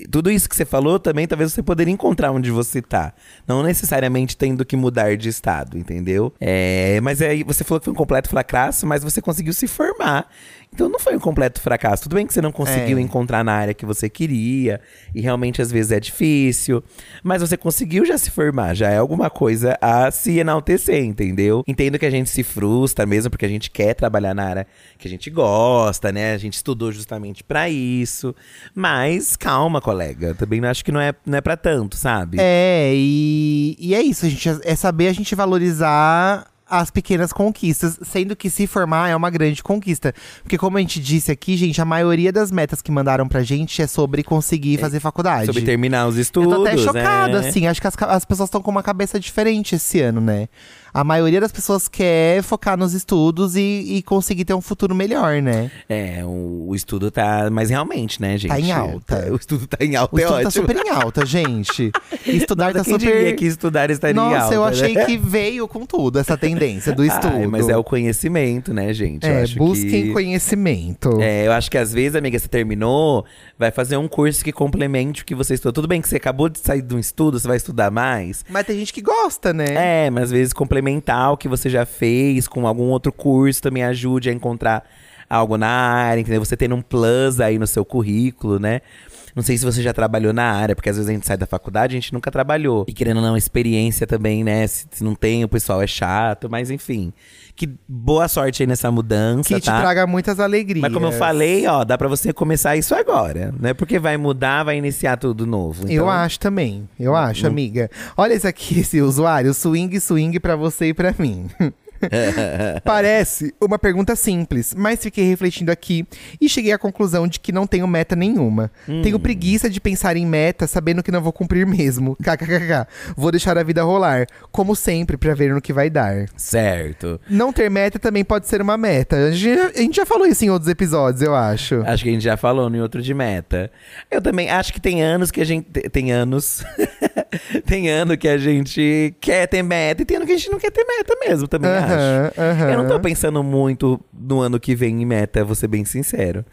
tudo isso que você falou também, talvez você poderia encontrar onde você tá. Não necessariamente tendo que mudar de estado, entendeu? É, mas aí você falou que foi um completo fracasso, mas você conseguiu se formar. Então não foi um completo fracasso. Tudo bem que você não conseguiu
É.
encontrar na área que você queria, e realmente às vezes é difícil, mas você conseguiu já se formar, já é alguma coisa a se enaltecer, entendeu? Entendo que a gente se frustra mesmo, porque a gente quer trabalhar na área que a gente gosta, né? A gente estudou justamente pra isso, mas calma, colega, também não acho que não é, não é para tanto, sabe?
É, e, e é isso, a gente. É saber a gente valorizar as pequenas conquistas, sendo que se formar é uma grande conquista. Porque, como a gente disse aqui, gente, a maioria das metas que mandaram pra gente é sobre conseguir fazer faculdade.
Sobre terminar os
Eu
estudos,
tô até chocada,
né?
assim. Acho que as, ca- as pessoas estão com uma cabeça diferente esse ano, né? A maioria das pessoas quer focar nos estudos e, e conseguir ter um futuro melhor, né?
É, o, o estudo tá. Mas realmente, né, gente?
Tá em alta.
O estudo tá em alta,
O
é
estudo
ótimo.
tá super em alta, gente. Estudar tá
Quem
super.
diria que estudar estaria em
Nossa,
alta,
eu achei
né?
que veio com tudo essa tendência do
Ai,
estudo.
mas é o conhecimento, né, gente? eu
É,
acho
busquem
que...
conhecimento.
É, eu acho que às vezes, amiga, você terminou, vai fazer um curso que complemente o que você estudou. Tudo bem que você acabou de sair de um estudo, você vai estudar mais.
Mas tem gente que gosta, né?
É, mas às vezes complementar o que você já fez com algum outro curso também ajude a encontrar algo na área, entendeu? Você tendo um plus aí no seu currículo, né? Não sei se você já trabalhou na área, porque às vezes a gente sai da faculdade e a gente nunca trabalhou. E querendo ou não, experiência também, né? Se, se não tem, o pessoal é chato, mas enfim. Que boa sorte aí nessa mudança,
que te
tá?
traga muitas alegrias.
Mas como eu falei, ó, dá pra você começar isso agora, né? Porque vai mudar, vai iniciar tudo novo.
Eu
Então, Uhum.
acho também, eu acho, amiga. Olha esse aqui, esse usuário, swing, swing pra você e pra mim. Parece uma pergunta simples, mas fiquei refletindo aqui e cheguei à conclusão de que não tenho meta nenhuma.
Hum.
Tenho preguiça de pensar em meta, sabendo que não vou cumprir mesmo. KKKK. Vou deixar a vida rolar, como sempre, pra ver no que vai dar.
Certo.
Não ter meta também pode ser uma meta. A gente, a gente já falou isso em outros episódios, eu acho.
Acho que a gente já falou no outro de meta. Eu também acho que tem anos que a gente. Tem anos. tem ano que a gente quer ter meta e tem ano que a gente não quer ter meta mesmo, também
Aham,
acho.
aham.
Eu não tô pensando muito no ano que vem em meta, vou ser bem sincero.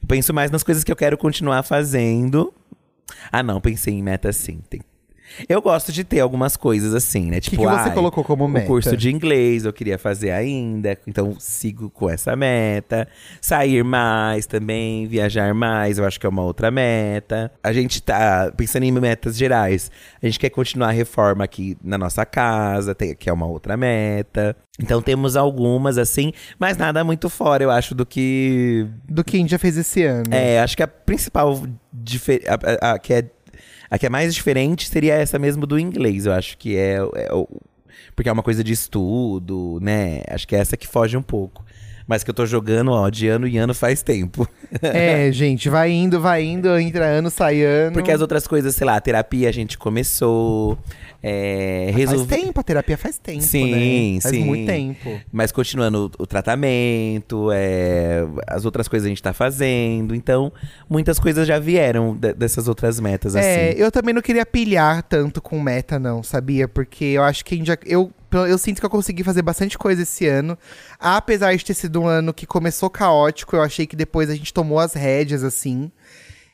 Eu penso mais nas coisas que eu quero continuar fazendo. Ah, não, pensei em meta sim. Tem- Eu gosto de ter algumas coisas assim, né?
que
Tipo,
que você
ai,
colocou como meta?
O curso de inglês eu queria fazer ainda, então sigo com essa meta. Sair mais também, viajar mais, eu acho que é uma outra meta. A gente tá pensando em metas gerais. A gente quer continuar a reforma aqui na nossa casa, tem- que é uma outra meta. Então temos algumas assim, mas nada muito fora, eu acho, do que
Do que a gente já fez esse ano.
é, acho que a principal dife- a, a- a que é a que é mais diferente seria essa mesmo do inglês, eu acho que é, é o- porque é uma coisa de estudo, né? Acho que é essa que foge um pouco. Mas que eu tô jogando, ó, de ano em ano faz tempo.
É, gente, vai indo, vai indo, entra ano, sai ano.
Porque as outras coisas, sei lá, a terapia a gente começou. É, resolvi-
Faz tempo, a terapia faz tempo,
Sim,
né? Faz
sim.
muito tempo.
Mas continuando o, o tratamento, é, as outras coisas a gente tá fazendo. Então, muitas coisas já vieram de- dessas outras metas,
É,
assim.
eu também não queria pilhar tanto com meta, não, sabia? Porque eu acho que ainda. Eu, eu sinto que eu consegui fazer bastante coisa esse ano. Apesar de ter sido um ano que começou caótico, eu achei que depois a gente tomou as rédeas, assim.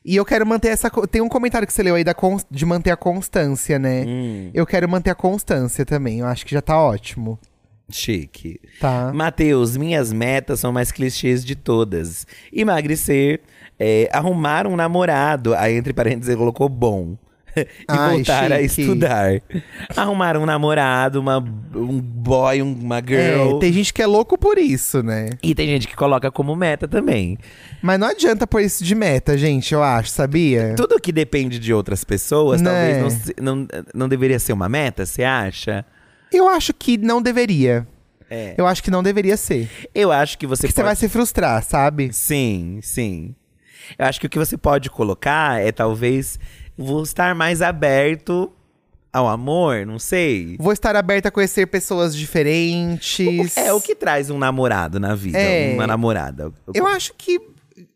E eu quero manter essa. co- Tem um comentário que você leu aí da cons- de manter a constância, né?
Hum.
Eu quero manter a constância também. Eu acho que já tá ótimo.
Chique.
Tá.
Matheus, minhas metas são mais clichês de todas. Emagrecer, é, arrumar um namorado, aí entre parênteses ele colocou bom. e
Ai,
voltar a
chique.
estudar. Arrumar um namorado, uma, um boy, um- uma girl.
É, tem gente que é louco por isso, né?
E tem gente que coloca como meta também.
Mas não adianta pôr isso de meta, gente, eu acho, sabia?
Tudo que depende de outras pessoas,
Né?
talvez não se- não, não, deveria ser uma meta, você acha?
Eu acho que não deveria.
É.
Eu acho que não deveria ser.
Eu acho que você
Porque você
pode-
vai se frustrar, sabe?
Sim, sim. Eu acho que o que você pode colocar é talvez vou estar mais aberto ao amor, não sei.
Vou estar aberta a conhecer pessoas diferentes.
É o que traz um namorado na vida,
É.
uma namorada.
Eu acho que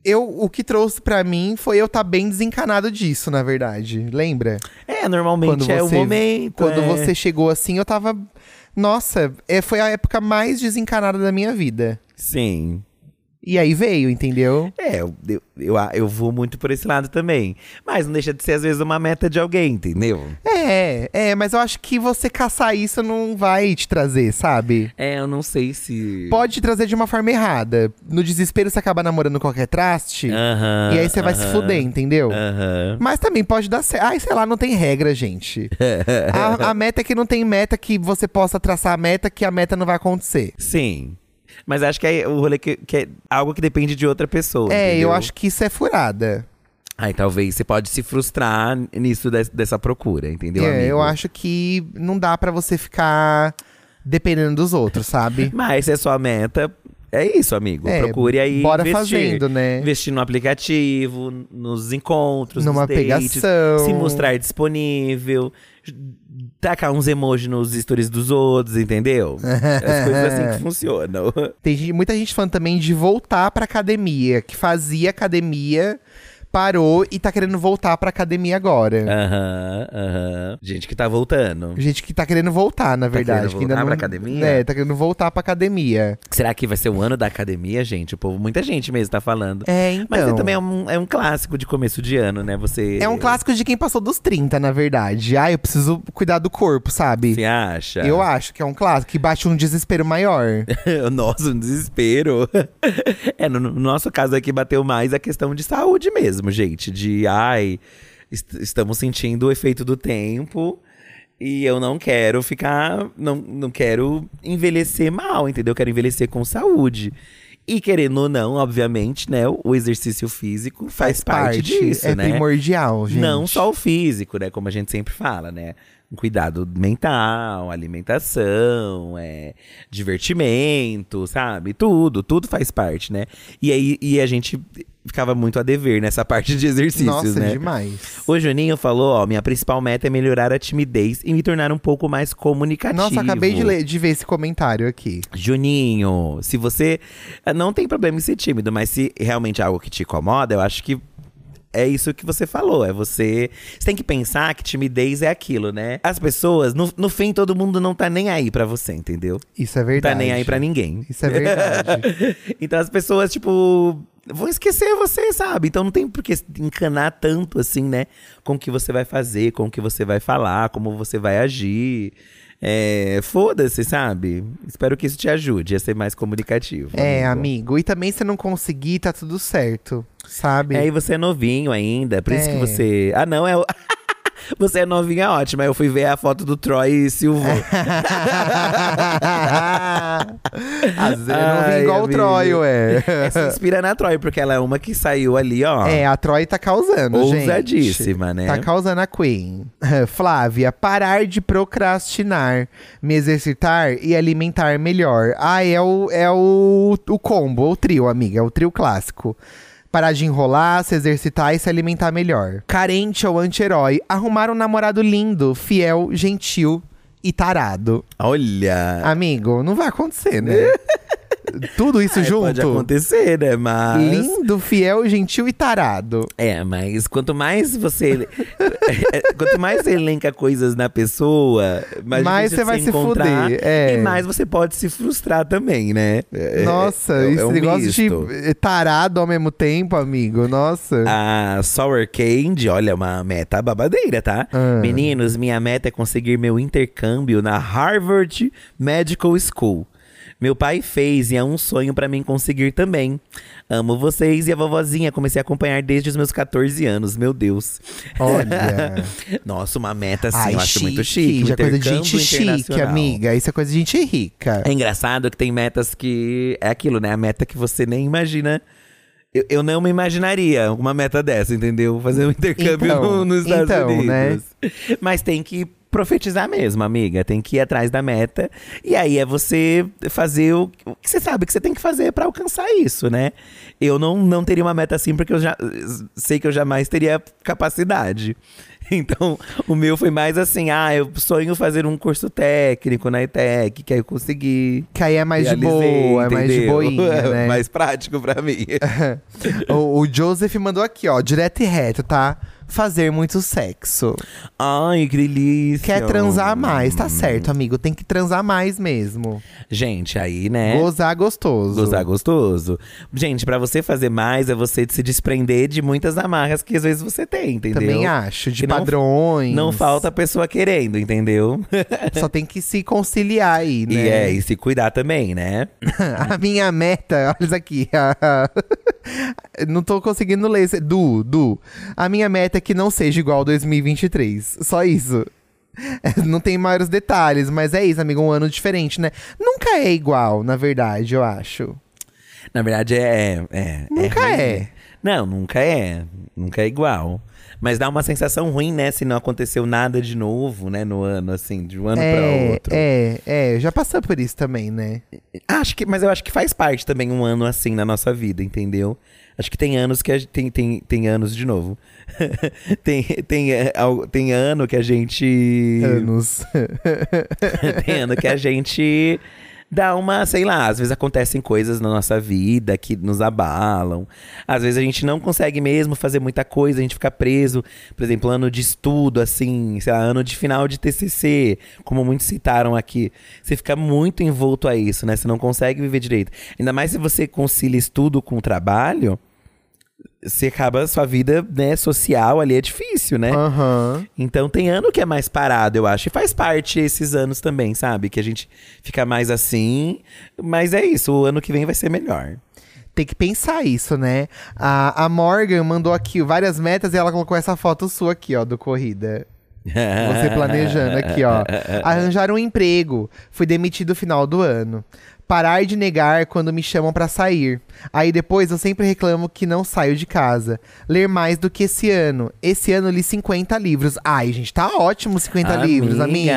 eu, o que trouxe pra mim foi eu estar bem desencanado disso, na verdade. Lembra?
É, normalmente é o momento.
Quando
é.
você chegou assim, eu tava. Nossa, é, foi a época mais desencanada da minha vida.
Sim.
E aí veio, entendeu?
É, eu, eu, eu, eu vou muito por esse lado também. Mas não deixa de ser, às vezes, uma meta de alguém, entendeu?
É, é, mas eu acho que você caçar isso não vai te trazer, sabe?
É, eu não sei se.
Pode te trazer de uma forma errada. No desespero, você acaba namorando qualquer traste.
Aham,
e aí você vai se
aham,
fuder, entendeu?
Aham.
Mas também pode dar certo. Ai, sei lá, não tem regra, gente. a, a meta é que não tem meta que você possa traçar a meta que a meta não vai acontecer.
Sim. Mas acho que é o rolê que, que é algo que depende de outra pessoa.
É,
entendeu?
eu acho que isso é furada.
Aí talvez você pode se frustrar nisso des- dessa procura, entendeu?
é,
amigo?
eu acho que não dá pra você ficar dependendo dos outros, sabe?
Mas se é sua meta, é isso, amigo.
É,
Procure aí.
bora
investir.
fazendo, né?
Investir no aplicativo, nos encontros,
Numa
nos dates,
pegação.
Se mostrar disponível. Tacar uns emojis nos stories dos outros, entendeu? As coisas assim que funcionam.
Tem gente- muita gente falando também de voltar pra academia, que fazia academia, parou e tá querendo voltar pra academia agora.
É. Aham, aham. Gente que tá voltando.
Gente que tá querendo voltar, na verdade.
querendo
que ainda
voltar
não,
pra academia?
É, tá querendo voltar pra academia.
Será que vai ser o ano da academia, gente? O povo, muita gente mesmo tá falando.
É, então.
Mas também é um, é um clássico de começo de ano, né? Você.
É um clássico de quem passou dos 30, na verdade. Ah, eu preciso cuidar do corpo, sabe?
Você acha?
Eu acho que é um clássico que bate um desespero maior.
Nossa, um desespero. é, no, no nosso caso aqui bateu mais a questão de saúde mesmo, gente. De ai, est- estamos sentindo o efeito do tempo. E eu não quero ficar. Não, não quero envelhecer mal, entendeu? Eu quero envelhecer com saúde. E querendo ou não, obviamente, né? O exercício físico faz, parte, disso,
é
né?
primordial, gente.
Não só o físico, né? Como a gente sempre fala, né? Um cuidado mental, alimentação, é, divertimento, sabe? Tudo, tudo faz parte, né? E aí e a gente ficava muito a dever nessa parte de exercícios,
Nossa,
né?
demais.
O Juninho falou, ó, minha principal meta é melhorar a timidez e me tornar um pouco mais comunicativo.
Nossa, acabei de, ler, de ver esse comentário aqui.
Juninho, se você. eh, Não tem problema em ser tímido, mas se realmente é algo que te incomoda, eu acho que. É isso que você falou, é você. Você tem que pensar que timidez é aquilo, né? As pessoas, no, no fim, todo mundo não tá nem aí pra você, entendeu?
Isso é
Não
verdade.
tá nem aí pra ninguém.
Isso é verdade.
então as pessoas, tipo, vão esquecer você, sabe? Então não tem por que encanar tanto, assim, né? Com o que você vai fazer, com o que você vai falar, como você vai agir. É, foda-se, sabe? Espero que isso te ajude a ser mais comunicativo.
é, amigo. E também se não conseguir, tá tudo certo, sabe?
É, e você é novinho é ainda, por isso
É.
que você. Ah, não, é. o- Você é novinha, ótima. Aí Eu fui ver a foto do Troy e Silvô.
Às vezes eu não vim
Ai,
igual o
amigo.
Troy, ué.
É, se inspira na Troy, porque ela é uma que saiu ali, ó.
É, a Troy tá causando, gente.
Ousadíssima, né?
Tá causando a Queen. Flávia, parar de procrastinar, me exercitar e alimentar melhor. Ah, é o, é o, o combo, o trio, amiga, é o trio clássico. Parar de enrolar, se exercitar e se alimentar melhor. Carente ou anti-herói, arrumar um namorado lindo, fiel, gentil e tarado.
Olha.
Amigo, não vai acontecer, né? Tudo isso
Ai, Pode
junto.
acontecer, né? Mas.
Lindo, fiel, gentil e tarado.
É, mas quanto mais você. é, quanto mais você elenca coisas na pessoa, mais,
Mais
difícil
você
de
vai se
encontrar,
fuder, é.
E mais você pode se frustrar também, né? É-
Nossa,
é- é
esse
um
negócio
misto. Ah,
de é, tarado ao mesmo tempo, amigo. Nossa.
A Sour Candy, olha, é uma meta babadeira, tá?
Ah.
Meninos, minha meta é conseguir meu intercâmbio na Harvard Medical School. Meu pai fez e é um sonho pra mim conseguir também. Amo vocês e a vovozinha. Comecei a acompanhar desde os meus 14 anos, meu Deus.
Olha.
Nossa, uma meta assim,
Ai,
eu acho muito chique. um
Já é coisa de
intercâmbio
gente chique,
internacional.
amiga. Isso é coisa de gente rica.
É engraçado que tem metas que. É aquilo, né? A meta que você nem imagina. Eu, eu não me imaginaria uma meta dessa, entendeu? Fazer um intercâmbio
Então,
no- nos Estados
então,
Unidos.
né?
Mas tem que profetizar mesmo, amiga. Tem que ir atrás da meta. E aí é você fazer o, o que você sabe que você tem que fazer pra alcançar isso, né? Eu não, não teria uma meta assim, porque eu já sei que eu jamais teria capacidade. Então, o meu foi mais assim, ah, eu sonho fazer um curso técnico na ETEC, que aí eu consegui.
Que aí é mais de boa,
Realizei,
é mais de
entendeu?
boinha, né?
mais prático pra mim.
o, o Joseph mandou aqui, ó, direto e reto, tá? Fazer muito sexo.
Ai, que delícia.
Quer transar mais, tá certo, amigo. Tem que transar mais mesmo.
Gente, aí, né?
Gozar gostoso.
Gozar gostoso. Gente, pra você fazer mais, é você se desprender de muitas amarras que às vezes você tem, entendeu?
Também acho, de
Que não-
padrões.
Não falta a pessoa querendo, entendeu?
Só tem que se conciliar aí, né?
E é, e se cuidar também, né?
A minha meta, olha isso aqui. não tô conseguindo ler. isso. Du, Du. A minha meta é que não seja igual 2023. Só isso. Não tem maiores detalhes, mas é isso, amigo. Um ano diferente, né? Nunca é igual, na verdade, eu acho.
Na verdade, é. é
Nunca
ruim,
é.
né? Não, nunca é. Nunca é igual. Mas dá uma sensação ruim, né? Se não aconteceu nada de novo, né? No ano, assim, de um ano pra
É,
outro.
é, é. Já passou por isso também, né?
Acho que, mas eu acho que faz parte também um ano assim na nossa vida, entendeu? Acho que tem anos que a gente, tem, tem, tem anos de novo. tem, tem, é, al- tem ano que a gente.
Anos.
é. tem ano que a gente dá uma, sei lá, às vezes acontecem coisas na nossa vida que nos abalam. Às vezes a gente não consegue mesmo fazer muita coisa, a gente fica preso, por exemplo, ano de estudo, assim, sei lá, ano de final de TCC, como muitos citaram aqui. Você fica muito envolto a isso, né? Você não consegue viver direito. Ainda mais se você concilia estudo com trabalho, você acaba a sua vida, né, social ali é difícil, né?
Aham.
Então tem ano que é mais parado, eu acho. E faz parte esses anos também, sabe? Que a gente fica mais assim. Mas é isso, o ano que vem vai ser melhor.
Tem que pensar isso, né? A, a Morgan mandou aqui várias metas e ela colocou essa foto sua aqui, ó, do Corrida. Você planejando aqui, ó.
É,
Arranjar um emprego. Fui demitido no final do ano. Parar de negar quando me chamam pra sair. Aí depois eu sempre reclamo que não saio de casa. Ler mais do que esse ano. Esse ano eu li 50 livros. Ai, gente, tá ótimo 50 livros, amigo.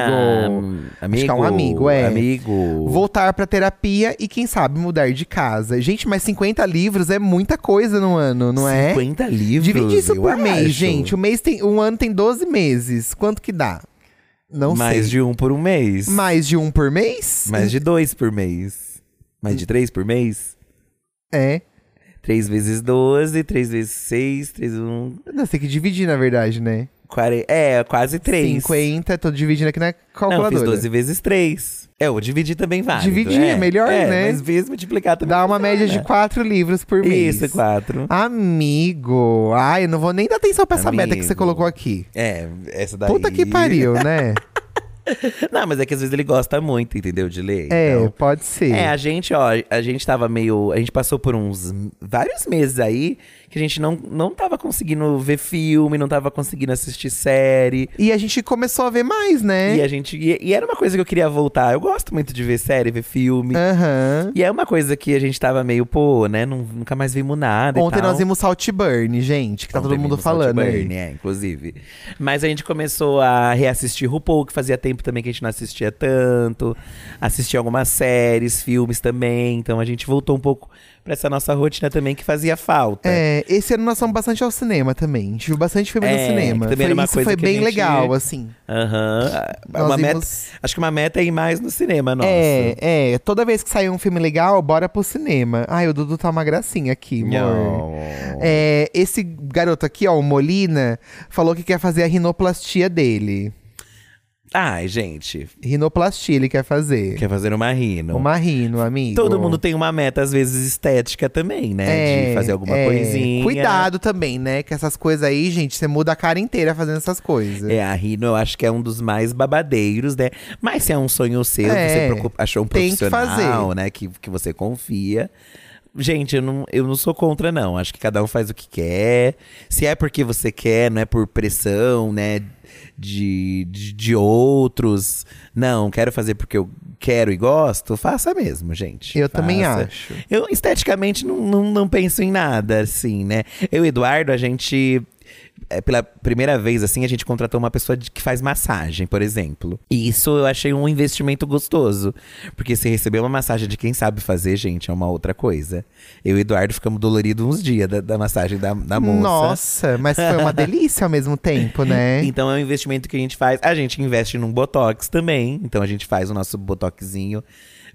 Amigo.
Acho que é um amigo, é.
Amigo.
Voltar pra terapia e quem sabe mudar de casa. Gente, mas 50 livros é muita coisa no ano, não é?
50 livros.
Divide isso
eu
por mês,
acho.
gente. O mês tem, um ano tem 12 meses. Quanto que dá? Não
mais
sei.
de um por um mês.
Mais de um por mês?
Mais de dois por mês. Mais de três por mês?
É.
Três vezes 12, três vezes seis, três um.
Não, você tem que dividir, na verdade, né?
quare- É, quase três.
50, tô dividindo aqui na
Não, eu
calculadora.
fiz 12 vezes 3. É, eu dividi também vale.
Dividir é melhor, né?
Mas vezes multiplicar também. né?
Dá uma média de 4 livros por mês.
É. Isso, é 4.
Amigo. Ai, eu não vou nem dar atenção pra essa meta que
Amigo.
você colocou aqui.
É, essa daí.
Puta que pariu, né?
Não, mas é que às vezes ele gosta muito, entendeu? De ler.
é,
então.
pode ser.
É, a gente, ó, a gente tava meio. A gente passou por uns vários meses aí que a gente não, não tava conseguindo ver filme, não tava conseguindo assistir série.
E a gente começou a ver mais,
E
né?
a gente. E, e era uma coisa que eu queria voltar. Eu gosto muito de ver série, ver filme.
Aham.
E é uma coisa que a gente tava meio, pô, né? nun- nunca mais vimos nada. e
Ontem
tal.
nós vimos Saltburn, gente, que tá
Ontem
todo mundo
vimos
falando. aí.
Saltburn, é, inclusive. Mas a gente começou a reassistir RuPaul, que fazia tempo também que a gente não assistia tanto. Assistia algumas séries, filmes também. Então a gente voltou um pouco pra essa nossa rotina também, que fazia falta.
É, esse ano nós fomos bastante ao cinema também. A gente viu bastante filme
É,
no cinema.
que também era
Foi-
uma
isso
coisa
foi
que a
bem
gente-
legal, assim.
Aham.
Nós
Uma meta-
vimos-
acho que uma meta é ir mais no cinema, nossa.
É, é. Toda vez que sair um filme legal, bora pro cinema. Ai, o Dudu tá uma gracinha aqui, amor.
Não.
É, esse garoto aqui, ó, o Molina, falou que quer fazer a rinoplastia dele.
Ai, gente.
Rinoplastia ele quer fazer.
Quer fazer uma rino.
Uma rino, amigo.
Todo mundo tem uma meta, às vezes, estética também, né? de fazer alguma
é.
coisinha.
Cuidado também, né? Que essas coisas aí, gente, você muda a cara inteira fazendo essas coisas.
É, a Rino eu acho que é um dos mais babadeiros, né? Mas se é um sonho seu,
É,
você procu- achou um
tem que
profissional,
fazer.
né? Que, que você confia. Gente, eu não, eu não sou contra, não. Acho que cada um faz o que quer. Se é porque você quer, não é por pressão, né? De, de, de outros. Não, quero fazer porque eu quero e gosto. Faça mesmo, gente.
Eu também
Faça.
acho.
Eu esteticamente não, não, não penso em nada, assim, né? Eu e o Eduardo, a gente. é, pela primeira vez, assim, a gente contratou uma pessoa de- que faz massagem, por exemplo. E isso eu achei um investimento gostoso. Porque se receber uma massagem de quem sabe fazer, gente, é uma outra coisa. Eu e o Eduardo ficamos doloridos uns dias da, da massagem da, da moça.
Nossa, mas foi uma delícia ao mesmo tempo, né?
Então é um investimento que a gente faz. A gente investe num Botox também. Então a gente faz o nosso Botoxzinho.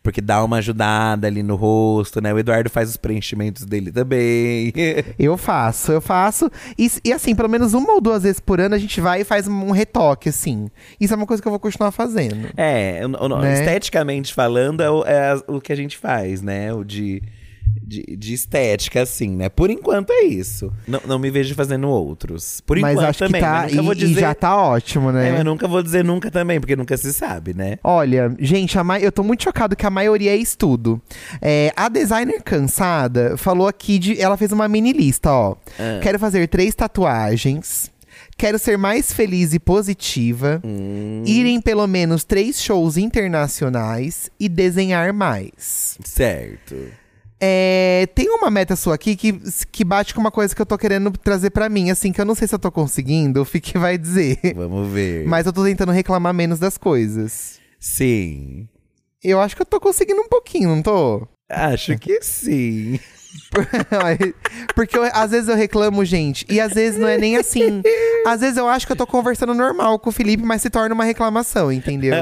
Porque dá uma ajudada ali no rosto, né? O Eduardo faz os preenchimentos dele também.
Eu faço, eu faço. E, s- e assim, pelo menos uma ou duas vezes por ano a gente vai e faz um retoque, assim. Isso é uma coisa que eu vou continuar fazendo.
é, o- o-
Né?
esteticamente falando, é, o, é a- o que a gente faz, né? O de, de, de estética, assim, né? Por enquanto é isso. Não, não me vejo fazendo outros. Por
mas
enquanto
acho
também.
que tá.
mas nunca
e,
vou
e
dizer.
já tá ótimo,
É,
né?
mas nunca vou dizer nunca também, porque nunca se sabe, né?
Olha, gente, a ma- eu tô muito chocado que a maioria é estudo. É, a designer cansada falou aqui de. Ela fez uma mini lista, ó.
É.
Quero fazer três tatuagens. Quero ser mais feliz e positiva.
Hum.
Ir em pelo menos três shows internacionais e desenhar mais.
Certo.
É, tem uma meta sua aqui que, que bate com uma coisa que eu tô querendo trazer pra mim, assim, que eu não sei se eu tô conseguindo, o Fique vai dizer.
Vamos ver.
Mas eu tô tentando reclamar menos das coisas.
Sim.
Eu acho que eu tô conseguindo um pouquinho, não tô?
Acho que sim.
Porque eu- às vezes eu reclamo, gente, e às vezes não é nem assim. Às vezes eu acho que eu tô conversando normal com o Felipe, mas se torna uma reclamação, entendeu?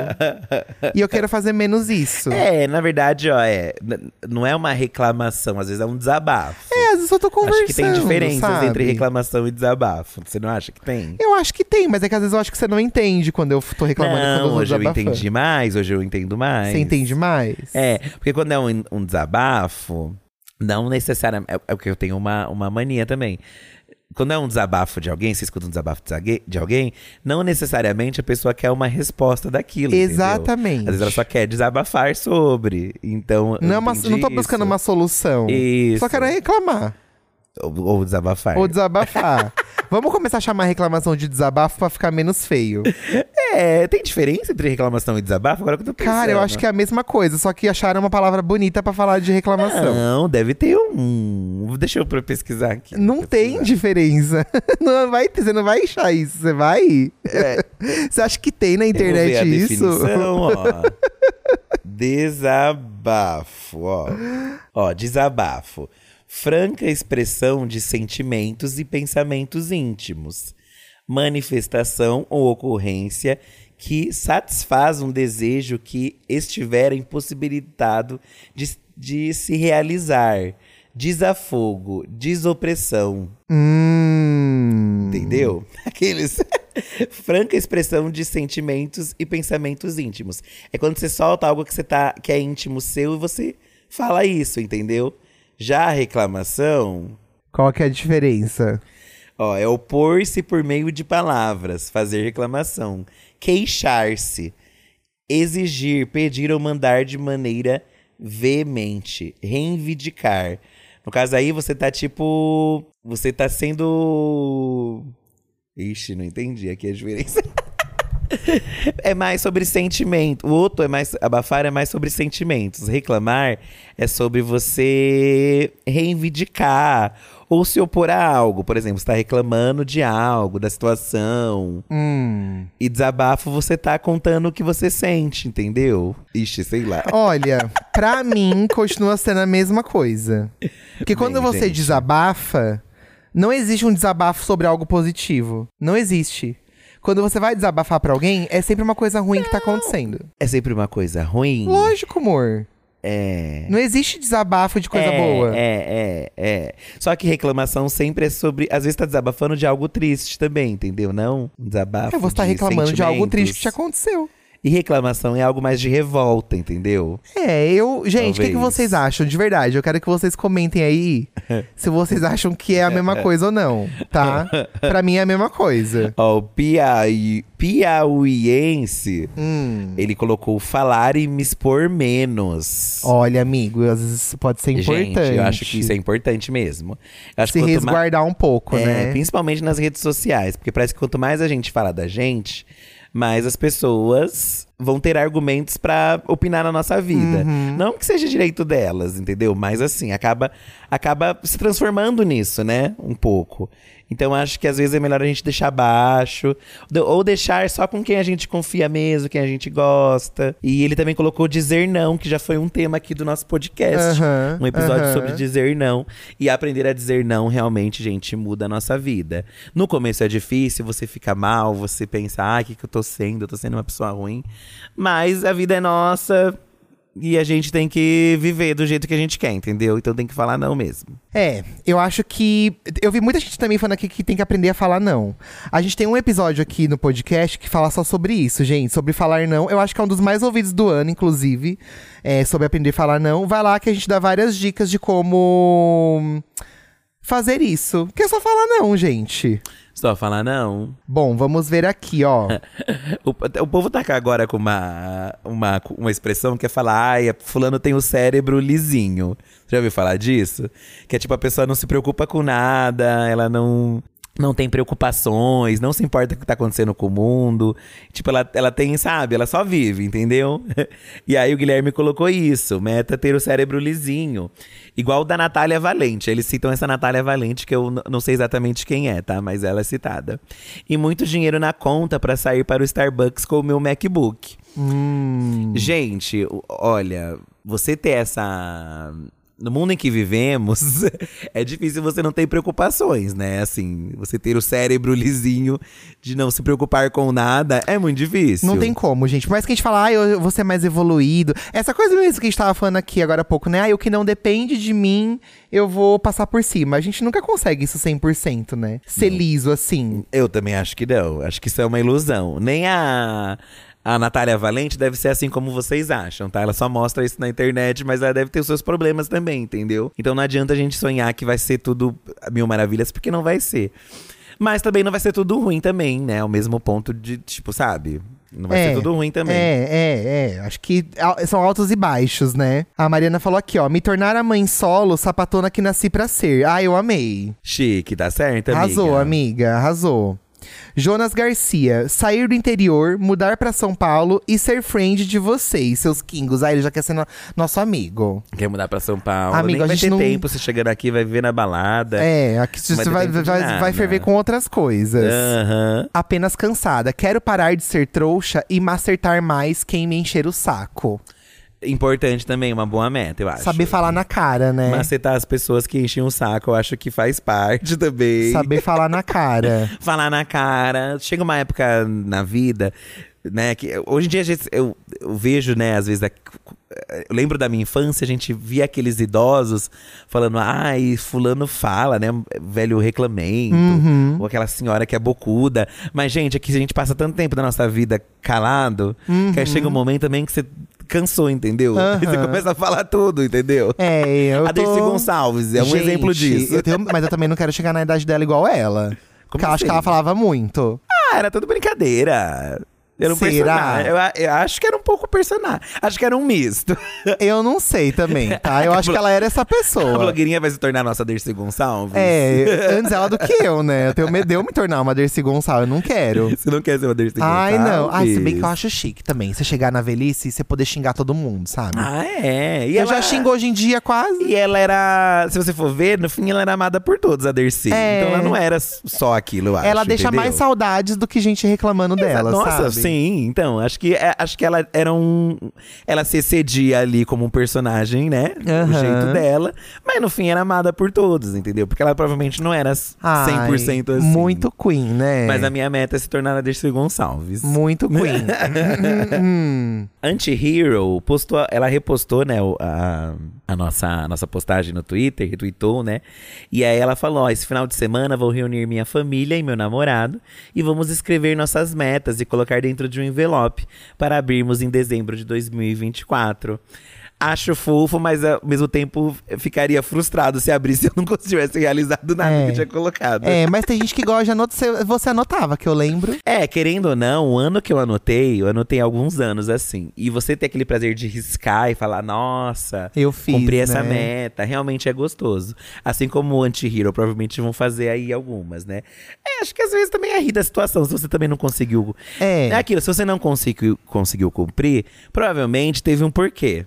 E eu quero fazer menos isso. É,
É, na verdade, ó, é. n- Não é uma reclamação, às vezes é um desabafo.
às vezes eu tô conversando.
Acho que tem diferenças
sabe?
entre reclamação e desabafo. Você não acha que tem?
Eu acho que tem, mas é que às vezes eu acho que você não entende quando eu f- tô reclamando e quando eu
não,
tô
hoje eu
desabafando.
entendi mais, hoje eu entendo mais.
Você entende mais?
É, porque quando é um, um desabafo, não necessariamente. É, é porque eu tenho uma, uma mania também. Quando é um desabafo de alguém, você escuta um desabafo de zague- de alguém, não necessariamente a pessoa quer uma resposta daquilo. entendeu?
Exatamente.
Às vezes ela só quer desabafar sobre. Então. eu
não, é uma-
entendi
não tô buscando
isso.
uma solução.
Isso.
Só quero é reclamar.
Ou, ou desabafar.
Ou desabafar. Vamos começar a chamar a reclamação de desabafo pra ficar menos feio.
É, tem diferença entre reclamação e desabafo? Agora que eu tô pensando.
Cara, eu acho que é a mesma coisa, só que acharam uma palavra bonita pra falar de reclamação.
Não, deve ter um. Deixa eu pra pesquisar aqui.
Não tem diferença. Não vai ter, você não vai achar isso. Você vai? Você acha que tem na internet
É. eu vou ver a
isso?
Definição, ó. desabafo, ó. Ó, desabafo. Franca expressão de sentimentos e pensamentos íntimos. Manifestação ou ocorrência que satisfaz um desejo que estiver impossibilitado de, de se realizar. Desafogo, desopressão,
Hum.
Entendeu? Aqueles. Franca expressão de sentimentos e pensamentos íntimos. É quando você solta algo que, você tá, que é íntimo seu e você fala isso, entendeu? Já a reclamação,
Qual que é a diferença?
ó, é opor-se por meio de palavras, fazer reclamação, queixar-se, exigir, pedir ou mandar de maneira veemente, reivindicar, No caso aí, você tá tipo. Você tá sendo. Ixi, não entendi aqui a diferença. é mais sobre sentimento. O outro é mais. Abafar é mais sobre sentimentos. Reclamar é sobre você reivindicar ou se opor a algo. Por exemplo, você tá reclamando de algo, da situação.
Hum.
E desabafo, você tá contando o que você sente, entendeu? Ixi, sei lá.
Olha, pra mim continua sendo a mesma coisa. Porque quando
Bem,
você
gente.
desabafa, não existe um desabafo sobre algo positivo. Não existe. Quando você vai desabafar pra alguém, é sempre uma coisa ruim que tá acontecendo.
É sempre uma coisa ruim?
Lógico, amor.
É.
Não existe desabafo de coisa
é,
boa.
É, é, é. Só que reclamação sempre é sobre. Às vezes tá desabafando de algo triste também, entendeu? Não? Um Desabafo.
É, você tá reclamando de algo triste que te
sentimentos.
aconteceu.
E reclamação é algo mais de revolta, entendeu?
É, eu. Gente, o que, que
Talvez.
vocês acham? De verdade, eu quero que vocês comentem aí se vocês acham que é a mesma coisa ou não, tá? Pra mim é a mesma coisa.
Ó, o Piauí, piauiense,
Hum.
ele colocou falar e me expor menos.
Olha, amigo, às vezes isso pode ser importante.
Gente, eu acho que isso é importante mesmo. Eu acho
Se
que quanto ma-
resguardar um pouco,
É,
né?
Principalmente nas redes sociais, porque parece que quanto mais a gente fala da gente, mais as pessoas vão ter argumentos pra opinar na nossa vida. Não que seja direito delas, entendeu? Mas assim, acaba acaba se transformando nisso, né? Um pouco. Então acho que às vezes é melhor a gente deixar baixo de- ou deixar só com quem a gente confia mesmo, quem a gente gosta. E ele também colocou dizer não, que já foi um tema aqui do nosso podcast,
Aham,
um episódio
aham.
sobre dizer não. E aprender a dizer não realmente, gente, muda a nossa vida. No começo é difícil, você fica mal, você pensa, ah, o que, que eu tô sendo? Eu tô sendo uma pessoa ruim. Mas a vida é nossa e a gente tem que viver do jeito que a gente quer, entendeu? Então tem que falar não mesmo.
É, eu acho que. Eu vi muita gente também falando aqui que tem que aprender a falar não. A gente tem um episódio aqui no podcast que fala só sobre isso, gente. Sobre falar não. Eu acho que é um dos mais ouvidos do ano, inclusive. É, sobre aprender a falar não. Vai lá que a gente dá várias dicas de como. Fazer isso. Porque é só falar não, gente.
Só falar não.
Bom, vamos ver aqui, ó.
O, o povo tá cá agora com uma, uma, com uma expressão que é falar, ai, fulano tem o cérebro lisinho. Já ouviu falar disso? Que é tipo, a pessoa não se preocupa com nada, ela não. Não tem preocupações, não se importa com o que tá acontecendo com o mundo. Tipo, ela, ela tem, sabe? Ela só vive, entendeu? E aí o Guilherme colocou isso: meta ter o cérebro lisinho. Igual o da Natália Valente. Eles citam essa Natália Valente, que eu n- não sei exatamente quem é, tá? Mas ela é citada. E muito dinheiro na conta pra sair para o Starbucks com o meu MacBook.
Hum.
Gente, o- olha, você ter essa. No mundo em que vivemos, é difícil você não ter preocupações, né? Assim, você ter o cérebro lisinho de não se preocupar com nada é muito difícil.
Não tem como, gente. Por mais que a gente fala, ah, eu eu vou ser mais evoluído. Essa coisa mesmo que a gente tava falando aqui agora há pouco, né? Ah, o que não depende de mim, eu vou passar por cima. A gente nunca consegue isso 100%, né? Ser liso assim.
Eu também acho que não. Acho que isso é uma ilusão. Nem a, a Natália Valente deve ser assim como vocês acham, tá? Ela só mostra isso na internet, mas ela deve ter os seus problemas também, entendeu? Então não adianta a gente sonhar que vai ser tudo mil maravilhas, porque não vai ser. Mas também não vai ser tudo ruim também, né? Ao mesmo ponto de, tipo, sabe? Não vai ser tudo ruim também.
É, é, é. Acho que al- são altos e baixos, né? A Mariana falou aqui, ó. Me tornar a mãe solo, sapatona que nasci pra ser. Ah, eu amei.
Chique, tá certo, amiga?
Arrasou, amiga, arrasou. Jonas Garcia, sair do interior, mudar pra São Paulo e ser friend de vocês, seus kingos. Ah, ele já quer ser no- nosso amigo.
Quer mudar pra São Paulo?
Amigo,
Nem
a
vai
gente
ter
não-
tempo, você chegando aqui, vai viver na balada.
É, aqui você
Mas
vai,
depende de
vai,
nada. Ah.
vai ferver com outras coisas.
Aham.
Apenas cansada. Quero parar de ser trouxa e macertar mais quem me encher o saco.
Importante também, uma boa meta, eu acho.
Saber falar na cara, né?
Macetar as pessoas que enchem o saco, eu acho que faz parte também.
Saber falar na cara.
Falar na cara. Chega uma época na vida, né? Que hoje em dia a gente- eu, eu vejo, né, às vezes. a- eu lembro da minha infância, a gente via aqueles idosos falando, ai, fulano fala, né? Velho reclamento.
Uhum.
Ou aquela senhora que é bocuda. Mas, gente, é que a gente passa tanto tempo da nossa vida calado, que aí chega um momento também que você cansou, entendeu?
Uhum. Aham.
Você começa a falar tudo, entendeu?
É, eu
A Dercy
tô...
Gonçalves é um
Gente,
exemplo disso.
eu tenho- mas eu também não quero chegar na idade dela igual ela.
Como
porque eu acho que
assim?
ela falava muito.
Ah, era tudo brincadeira. Era um
Será?
personagem. Eu, a- eu acho que era um pouco personagem. Acho que era um misto.
Eu não sei também, tá? Eu acho que ela era essa
A
pessoa.
blogueirinha vai se tornar nossa Dercy Gonçalves.
É, antes ela do que eu, né? Eu tenho medo de eu me tornar uma Dercy Gonçalves, eu não quero.
Você não quer ser uma Dercy
Ai,
Gonçalves?
não. Ai, se bem que eu acho chique também. Você chegar na velhice e você poder xingar todo mundo, sabe?
Ah, é. E
eu
ela
já xingo hoje em dia quase.
E ela era, se você for ver, no fim ela era amada por todos, a Dercy.
É.
Então ela não era só aquilo, eu acho.
ela deixa
entendeu?
mais saudades do que gente reclamando dela,
Nossa,
sabe?
sim. Então, acho que, é, acho que ela era um. Ela se excedia ali como um personagem, né? O
Aham.
jeito dela. Mas no fim era amada por todos, entendeu? Porque ela provavelmente não era 100%
Ai,
assim.
Muito Queen, né?
Mas a minha meta é se tornar a Dercy Gonçalves.
Muito Queen. Hum, hum.
Anti-Hero postou, ela repostou, né, o- a, a nossa, a nossa postagem no Twitter, retweetou, né? E aí ela falou: ó, esse final de semana vou reunir minha família e meu namorado e vamos escrever nossas metas e colocar dentro de um envelope para abrirmos em dezembro de 2024. Acho fofo, mas ao mesmo tempo ficaria frustrado se abrisse e eu não tivesse realizado nada
É.
que eu tinha colocado.
é, mas tem gente que gosta de anotar. Você- Você anotava, que eu lembro.
É, querendo ou não, o ano que eu anotei, eu anotei há alguns anos assim. E você ter aquele prazer de riscar e falar, nossa,
Eu fiz.
cumpri essa
né?
meta, realmente é gostoso. Assim como o anti-hero, provavelmente vão fazer aí algumas, né? É, acho que às vezes também é rir da situação, se você também não conseguiu.
É.
É aquilo, se você não conseguiu, conseguiu cumprir, provavelmente teve um porquê.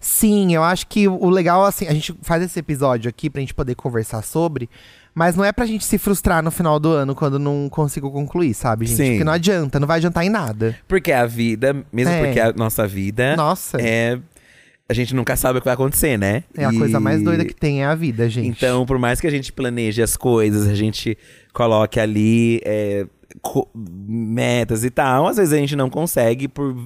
Sim, eu acho que o legal, assim, a gente faz esse episódio aqui pra gente poder conversar sobre, mas não é pra gente se frustrar no final do ano quando não consigo concluir, sabe, gente?
Sim.
Porque não adianta, não vai adiantar em nada.
Porque a vida, mesmo
É.
porque a nossa vida
Nossa, é,
é. A gente nunca sabe o que vai acontecer, né?
a
E-
coisa mais doida que tem é a vida, gente.
Então, por mais que a gente planeje as coisas, a gente coloque ali é, co- metas e tal, às vezes a gente não consegue por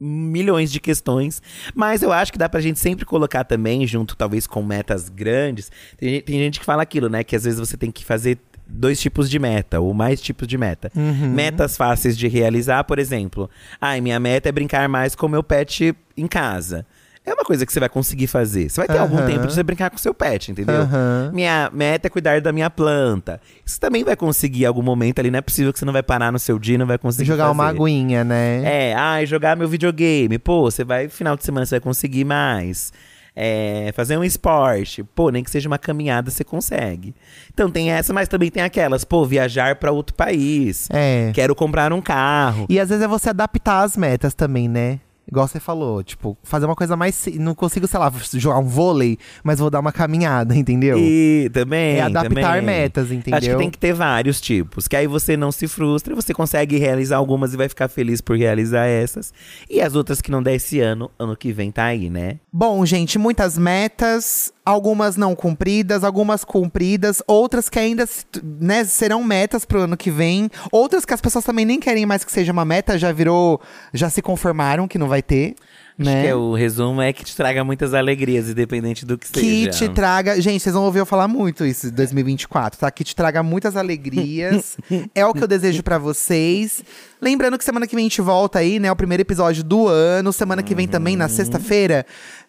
milhões de questões. Mas eu acho que dá pra gente sempre colocar também, junto talvez com metas grandes. Tem, gen- tem gente que fala aquilo, né? Que às vezes você tem que fazer dois tipos de meta, ou mais tipos de meta.
Uhum.
Metas fáceis de realizar, por exemplo. Ai, minha meta é brincar mais com meu pet em casa. É uma coisa que você vai conseguir fazer. Você vai ter algum
Aham.
tempo de você brincar com seu pet, entendeu?
Aham.
Minha meta é cuidar da minha planta. Você também vai conseguir em algum momento ali. Não é possível que você não vai parar no seu dia, e não vai conseguir
Jogar uma
fazer.
aguinha, né?
É, ai, jogar meu videogame. Pô, você vai, final de semana você vai conseguir mais. É, fazer um esporte. Pô, nem que seja uma caminhada, você consegue. Então tem essa, mas também tem aquelas. Pô, viajar pra outro país.
É.
Quero comprar um carro.
E às vezes é você adaptar as metas também, né? Igual você falou, tipo, fazer uma coisa mais. si- Não consigo, sei lá, jogar um vôlei, mas vou dar uma caminhada, entendeu?
E também.
é adaptar
também.
metas, entendeu?
Acho que tem que ter vários tipos, que aí você não se frustra, você consegue realizar algumas e vai ficar feliz por realizar essas. E as outras que não der esse ano, ano que vem tá aí, né?
Bom, gente, muitas metas, algumas não cumpridas, algumas cumpridas, outras que ainda se- né, serão metas pro ano que vem, outras que as pessoas também nem querem mais que seja uma meta, já virou, já se conformaram que não vai ter,
Acho que
né?
é o resumo é que te traga muitas alegrias, independente do que
Que
seja.
te traga. Gente, vocês vão ouvir eu falar muito isso em 2024, tá? Que te traga muitas alegrias. é o que eu desejo pra vocês. Lembrando que semana que vem a gente volta aí, né? O primeiro episódio do ano. Semana que vem também, na sexta-feira,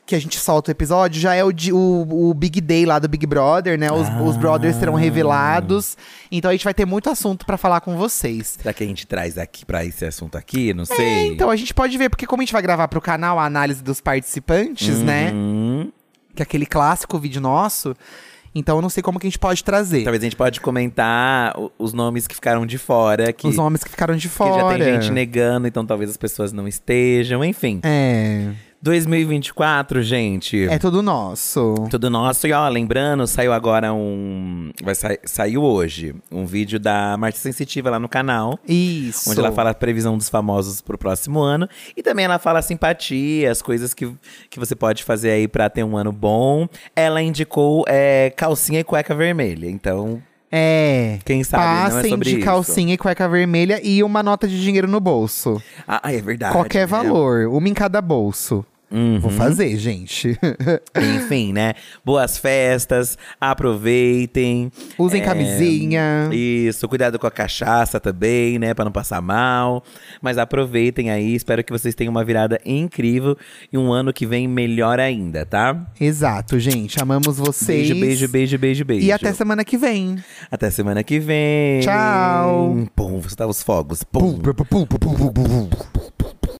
que a gente solta o episódio, já é o, di- o, o Big Day lá do Big Brother, né? Os, os brothers serão revelados. Então a gente vai ter muito assunto pra falar com vocês.
Será que a gente traz aqui pra esse assunto aqui? Não sei.
Então a gente pode ver, porque como a gente vai gravar pro canal a análise dos participantes, né?
Hum,
que é aquele clássico vídeo nosso. Então eu não sei como que a gente pode trazer.
talvez a gente pode comentar o- os nomes que ficaram de fora, que,
Os homens que ficaram de
que já
fora.
tem gente negando, então talvez as pessoas não estejam, enfim.
É.
2024, gente.
É tudo nosso.
Tudo nosso. E ó, lembrando, saiu agora um. Vai sa... Saiu hoje um vídeo da Marta Sensitiva lá no canal.
Isso.
Onde ela fala a previsão dos famosos pro próximo ano. E também ela fala simpatia, as coisas que, que você pode fazer aí pra ter um ano bom. Ela indicou é, calcinha e cueca vermelha. Então,
É.
quem sabe não é
Passem
sobre
de
isso.
calcinha e cueca vermelha e uma nota de dinheiro no bolso.
Ah, Uhum. é verdade.
Qualquer
né? Hum,
valor, uma em cada bolso. Vou fazer, gente.
Enfim, né? Boas festas, aproveitem.
Usem camisinha.
Isso, cuidado com a cachaça também, né? Pra não passar mal. Mas aproveitem aí, espero que vocês tenham uma virada incrível e um ano que vem melhor ainda, tá?
Exato, gente. Amamos vocês.
Beijo, beijo, beijo, beijo, beijo.
E até semana que vem.
Até semana que vem.
Tchau.
Pum, você tá os fogos. Pum.
Pum, pum, pum, pum, pum, pum, pum, pum.